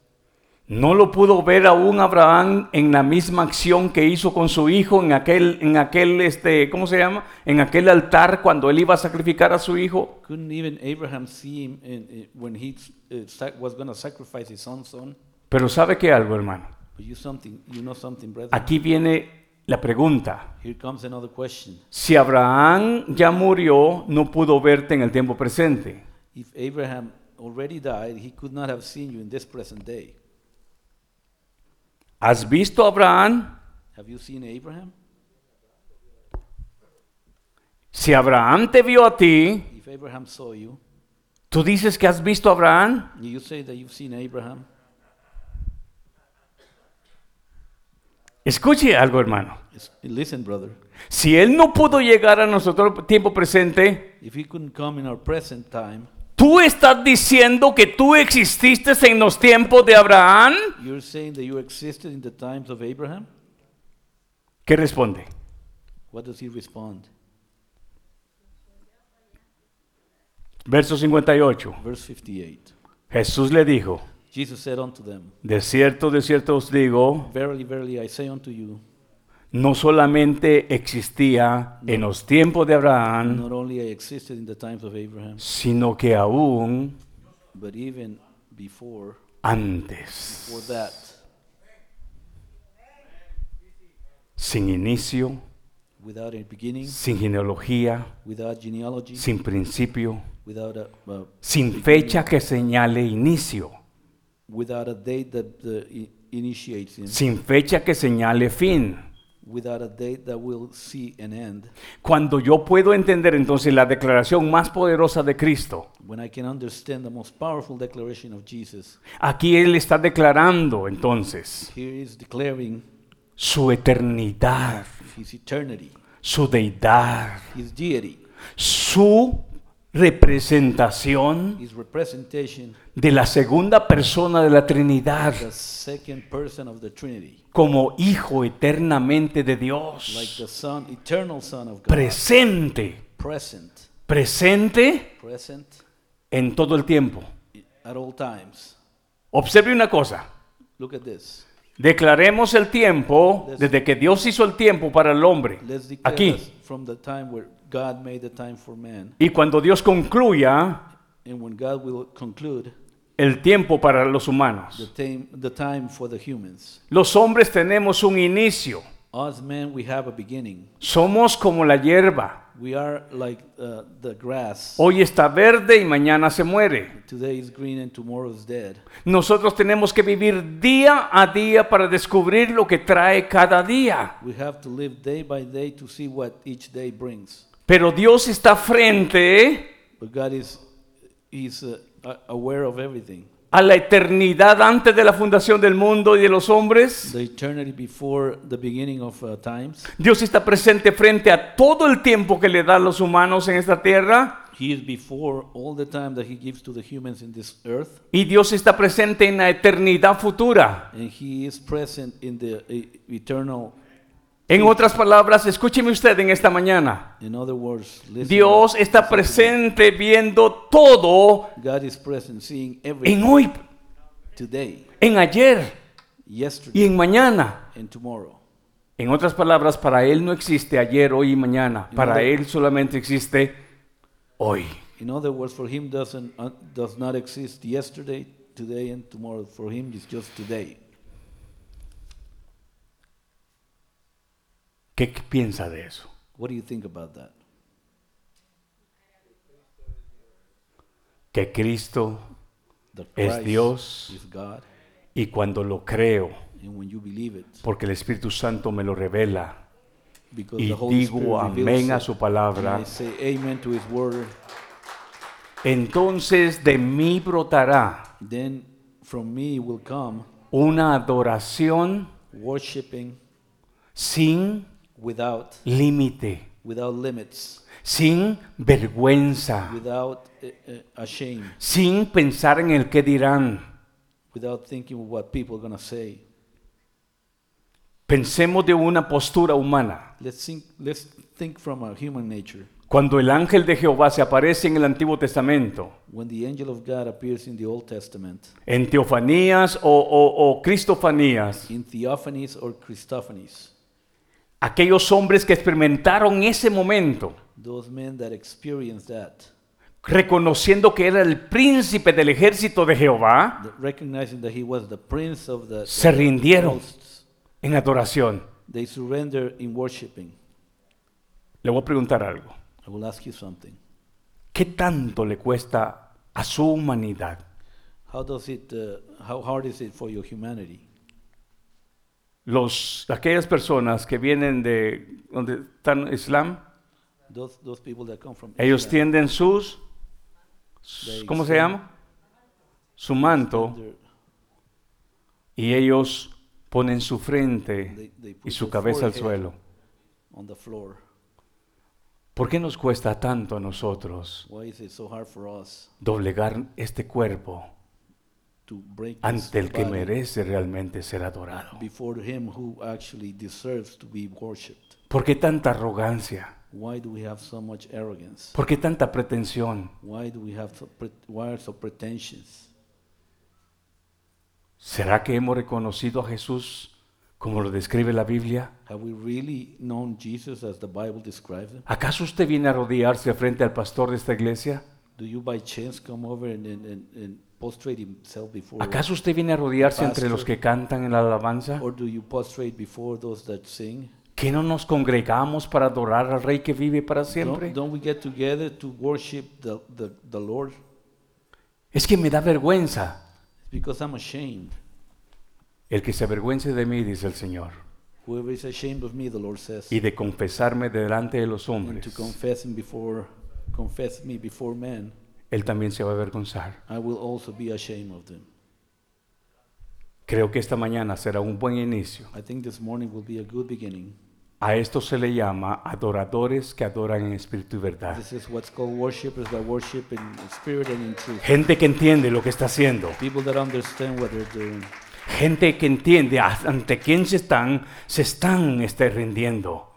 [SPEAKER 1] No lo pudo ver aún Abraham en la misma acción que hizo con su hijo en aquel, en aquel, este, ¿cómo se llama? En aquel altar cuando él iba a sacrificar a su hijo.
[SPEAKER 2] Couldn't even Abraham see him in, in- when he uh, sac- was going to sacrifice his own son?
[SPEAKER 1] Pero sabe que algo, hermano.
[SPEAKER 2] But you something, you know something, brethren.
[SPEAKER 1] Aquí viene la pregunta.
[SPEAKER 2] Here comes another question.
[SPEAKER 1] Si Abraham ya murió, no pudo verte en el tiempo presente.
[SPEAKER 2] If Abraham already died, he could not have seen you in this present day.
[SPEAKER 1] ¿Has visto a Abraham?
[SPEAKER 2] Have you seen Abraham?
[SPEAKER 1] Si Abraham te vio a ti,
[SPEAKER 2] If Abraham saw you,
[SPEAKER 1] ¿tú dices que has visto a Abraham?
[SPEAKER 2] you say that you've seen Abraham.
[SPEAKER 1] Escuche algo, hermano.
[SPEAKER 2] It's- Listen, brother.
[SPEAKER 1] Si él no pudo llegar a nuestro tiempo presente,
[SPEAKER 2] If he couldn't come in our present time,
[SPEAKER 1] tú estás diciendo que tú exististe en los tiempos de Abraham.
[SPEAKER 2] you're saying that you existed in the times of Abraham?
[SPEAKER 1] ¿Qué responde?
[SPEAKER 2] What does he respond?
[SPEAKER 1] Verso 58.
[SPEAKER 2] Verse 58.
[SPEAKER 1] Jesús le dijo,
[SPEAKER 2] Jesus said unto them,
[SPEAKER 1] de cierto, de cierto os digo,
[SPEAKER 2] Verily, verily, I say unto you,
[SPEAKER 1] no solamente existía en los tiempos de Abraham,
[SPEAKER 2] not only I existed in the times of Abraham,
[SPEAKER 1] sino que aún
[SPEAKER 2] but even before
[SPEAKER 1] antes,
[SPEAKER 2] for that,
[SPEAKER 1] sin inicio,
[SPEAKER 2] without a beginning,
[SPEAKER 1] sin genealogía,
[SPEAKER 2] without genealogy,
[SPEAKER 1] sin principio,
[SPEAKER 2] without a uh,
[SPEAKER 1] sin fecha que señale inicio,
[SPEAKER 2] without a date that uh, i- initiates him,
[SPEAKER 1] sin fecha que señale fin.
[SPEAKER 2] without a date that will see an end.
[SPEAKER 1] Cuando yo puedo entender entonces la declaración más poderosa de Cristo,
[SPEAKER 2] When I can understand the most powerful declaration of Jesus,
[SPEAKER 1] aquí Él está declarando entonces
[SPEAKER 2] here is declaring
[SPEAKER 1] su eternidad,
[SPEAKER 2] his eternity,
[SPEAKER 1] su deidad,
[SPEAKER 2] his deity,
[SPEAKER 1] su representación
[SPEAKER 2] his representation,
[SPEAKER 1] de la segunda persona de la Trinidad
[SPEAKER 2] the second person of the Trinity,
[SPEAKER 1] como Hijo eternamente de
[SPEAKER 2] like
[SPEAKER 1] Dios,
[SPEAKER 2] the Son, eternal Son of God,
[SPEAKER 1] presente,
[SPEAKER 2] present,
[SPEAKER 1] presente
[SPEAKER 2] present
[SPEAKER 1] en todo el tiempo.
[SPEAKER 2] i- at all times.
[SPEAKER 1] Observe una cosa,
[SPEAKER 2] Look at this.
[SPEAKER 1] declaremos el tiempo desde que Dios hizo el tiempo para el hombre,
[SPEAKER 2] Let's declare this
[SPEAKER 1] aquí,
[SPEAKER 2] from the time where God made the time for man,
[SPEAKER 1] y cuando Dios concluya
[SPEAKER 2] and when God will conclude
[SPEAKER 1] el tiempo para los
[SPEAKER 2] the
[SPEAKER 1] humanos.
[SPEAKER 2] time, the time for the humans.
[SPEAKER 1] Los hombres tenemos un inicio,
[SPEAKER 2] Us men, we have a beginning.
[SPEAKER 1] somos como la hierba,
[SPEAKER 2] We are like uh, the grass.
[SPEAKER 1] hoy está verde y mañana se muere.
[SPEAKER 2] Today is green and tomorrow is dead.
[SPEAKER 1] Nosotros tenemos que vivir día a día para descubrir lo que trae cada día.
[SPEAKER 2] We have to live day by day to see what each day brings.
[SPEAKER 1] Pero Dios está frente
[SPEAKER 2] But God is is uh, a- aware of everything.
[SPEAKER 1] a la eternidad antes de la fundación del mundo y de los hombres.
[SPEAKER 2] The eternity before the beginning of uh, times,
[SPEAKER 1] Dios está presente frente a todo el tiempo que le da a los humanos en esta tierra.
[SPEAKER 2] He is before all the time that He gives to the humans in this earth,
[SPEAKER 1] Y Dios está presente en la eternidad futura.
[SPEAKER 2] and He is present in the e- eternal.
[SPEAKER 1] En otras palabras, escúcheme usted en esta mañana.
[SPEAKER 2] In other words, listen,
[SPEAKER 1] Dios está presente viendo todo
[SPEAKER 2] God is present, seeing everything
[SPEAKER 1] en hoy,
[SPEAKER 2] today,
[SPEAKER 1] en ayer
[SPEAKER 2] yesterday,
[SPEAKER 1] y en mañana.
[SPEAKER 2] and tomorrow.
[SPEAKER 1] En otras palabras, para Él no existe ayer, hoy y mañana. Para
[SPEAKER 2] Mira.
[SPEAKER 1] Él solamente existe hoy.
[SPEAKER 2] In other words, for Him doesn't uh, does not exist yesterday, today, and tomorrow. For Him, it's just today.
[SPEAKER 1] ¿Qué qué piensa de eso?
[SPEAKER 2] What do you think about that?
[SPEAKER 1] Que Cristo,
[SPEAKER 2] That
[SPEAKER 1] Es
[SPEAKER 2] Christ
[SPEAKER 1] Dios.
[SPEAKER 2] is God,
[SPEAKER 1] y cuando lo creo,
[SPEAKER 2] and when you believe it,
[SPEAKER 1] porque el Espíritu Santo me lo revela,
[SPEAKER 2] because
[SPEAKER 1] y
[SPEAKER 2] Pues the Holy
[SPEAKER 1] digo
[SPEAKER 2] Spirit
[SPEAKER 1] amén
[SPEAKER 2] reveals
[SPEAKER 1] a
[SPEAKER 2] it,
[SPEAKER 1] su
[SPEAKER 2] and
[SPEAKER 1] palabra,
[SPEAKER 2] I say amen to His word.
[SPEAKER 1] entonces de mí brotará
[SPEAKER 2] Then from me will come
[SPEAKER 1] una adoración
[SPEAKER 2] worshiping
[SPEAKER 1] sin
[SPEAKER 2] without
[SPEAKER 1] límite.
[SPEAKER 2] without limits,
[SPEAKER 1] sin vergüenza,
[SPEAKER 2] without uh, uh, a shame,
[SPEAKER 1] sin pensar en el que dirán.
[SPEAKER 2] without thinking of what people are gonna say.
[SPEAKER 1] Pensemos de una postura humana.
[SPEAKER 2] Let's think. Let's think from a human nature.
[SPEAKER 1] Cuando el ángel de Jehová se aparece en el Antiguo Testamento,
[SPEAKER 2] When the angel of God appears in the Old Testament,
[SPEAKER 1] en Teofanías o, o- o Cristofanías,
[SPEAKER 2] in theophanies or Christophanies,
[SPEAKER 1] aquellos hombres que experimentaron ese momento,
[SPEAKER 2] those men that experience that,
[SPEAKER 1] reconociendo que era el príncipe del ejército de Jehová,
[SPEAKER 2] that recognizing that he was the prince of the
[SPEAKER 1] se rindieron
[SPEAKER 2] hosts,
[SPEAKER 1] en adoración.
[SPEAKER 2] they surrender in worshiping.
[SPEAKER 1] Le voy a preguntar algo.
[SPEAKER 2] I will ask you something.
[SPEAKER 1] ¿Qué tanto le cuesta a su humanidad
[SPEAKER 2] How does it? Uh, how hard is it for your humanity?
[SPEAKER 1] los, aquellas personas que vienen de donde están Islam,
[SPEAKER 2] Those those people that come from
[SPEAKER 1] ellos
[SPEAKER 2] Islam,
[SPEAKER 1] tienden sus, sus-
[SPEAKER 2] They
[SPEAKER 1] ¿cómo se
[SPEAKER 2] say-
[SPEAKER 1] llama? Su manto
[SPEAKER 2] they're-
[SPEAKER 1] y ellos ponen su frente
[SPEAKER 2] They- they put
[SPEAKER 1] y su
[SPEAKER 2] their
[SPEAKER 1] cabeza al
[SPEAKER 2] forehead.
[SPEAKER 1] suelo.
[SPEAKER 2] on the floor.
[SPEAKER 1] ¿Por qué nos cuesta tanto a nosotros
[SPEAKER 2] Why is it so hard for us
[SPEAKER 1] doblegar este cuerpo
[SPEAKER 2] to break this
[SPEAKER 1] ante el que
[SPEAKER 2] body
[SPEAKER 1] merece realmente ser adorado?
[SPEAKER 2] before him who actually deserves to be worshipped?
[SPEAKER 1] ¿Por qué tanta arrogancia?
[SPEAKER 2] Why do we have so much arrogance?
[SPEAKER 1] ¿Por qué tanta pretensión?
[SPEAKER 2] Why do we have so pre- why are so pretentious?
[SPEAKER 1] ¿Será que hemos reconocido a Jesús como lo describe la Biblia?
[SPEAKER 2] Have we really known Jesus as the Bible describes him?
[SPEAKER 1] ¿Acaso usted viene a rodearse frente al pastor de esta iglesia?
[SPEAKER 2] Do you by chance come over and, and, and, and prostrate himself before
[SPEAKER 1] ¿Acaso usted viene a rodearse entre los que cantan en la alabanza?
[SPEAKER 2] or do you prostrate before those that sing?
[SPEAKER 1] ¿Que no nos congregamos para adorar al Rey que vive para
[SPEAKER 2] Don't,
[SPEAKER 1] siempre?
[SPEAKER 2] don't we get together to worship the, the, the Lord?
[SPEAKER 1] Es que me da vergüenza.
[SPEAKER 2] Because I'm ashamed.
[SPEAKER 1] El que se avergüence de mí, dice el Señor,
[SPEAKER 2] Whoever is ashamed of me, the Lord says,
[SPEAKER 1] y de confesarme delante de los
[SPEAKER 2] and to
[SPEAKER 1] hombres,
[SPEAKER 2] confess him before confess me before men,
[SPEAKER 1] él también se va a avergonzar.
[SPEAKER 2] I will also be ashamed of them.
[SPEAKER 1] Creo que esta mañana será un buen inicio.
[SPEAKER 2] I think this morning will be a good beginning.
[SPEAKER 1] A esto se le llama adoradores que adoran en espíritu y verdad.
[SPEAKER 2] This is what's called worshipers that worship in spirit and in truth.
[SPEAKER 1] Gente que entiende lo que está haciendo.
[SPEAKER 2] People that understand what they're doing.
[SPEAKER 1] Gente que entiende a- ante quién se están, se están este, rindiendo.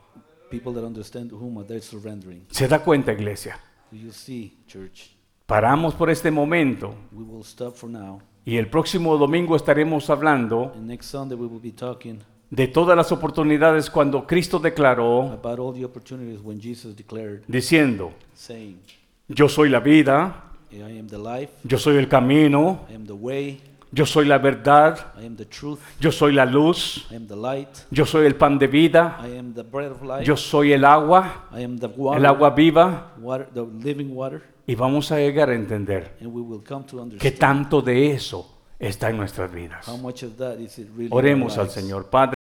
[SPEAKER 2] People that understand whom they're surrendering.
[SPEAKER 1] ¿Se da cuenta, iglesia?
[SPEAKER 2] Do you see, church?
[SPEAKER 1] Paramos por este momento
[SPEAKER 2] We will stop for now.
[SPEAKER 1] y el próximo domingo estaremos hablando
[SPEAKER 2] And next Sunday we will be talking
[SPEAKER 1] de todas las oportunidades cuando Cristo declaró
[SPEAKER 2] about all the opportunities when Jesus declared,
[SPEAKER 1] diciendo,
[SPEAKER 2] saying,
[SPEAKER 1] yo soy la vida,
[SPEAKER 2] I am the life,
[SPEAKER 1] yo soy el camino,
[SPEAKER 2] I am the way,
[SPEAKER 1] yo soy la verdad,
[SPEAKER 2] I am the truth,
[SPEAKER 1] yo soy la luz,
[SPEAKER 2] I am the light,
[SPEAKER 1] yo soy el pan de vida,
[SPEAKER 2] I am the bread of life.
[SPEAKER 1] yo soy el agua,
[SPEAKER 2] I am the
[SPEAKER 1] el
[SPEAKER 2] water,
[SPEAKER 1] agua viva
[SPEAKER 2] water, the living water,
[SPEAKER 1] y vamos a llegar a entender
[SPEAKER 2] and we will come to
[SPEAKER 1] qué
[SPEAKER 2] understand
[SPEAKER 1] tanto de eso está en nuestras vidas.
[SPEAKER 2] how much of that is it really. in our
[SPEAKER 1] Oremos al
[SPEAKER 2] lives.
[SPEAKER 1] Señor Padre.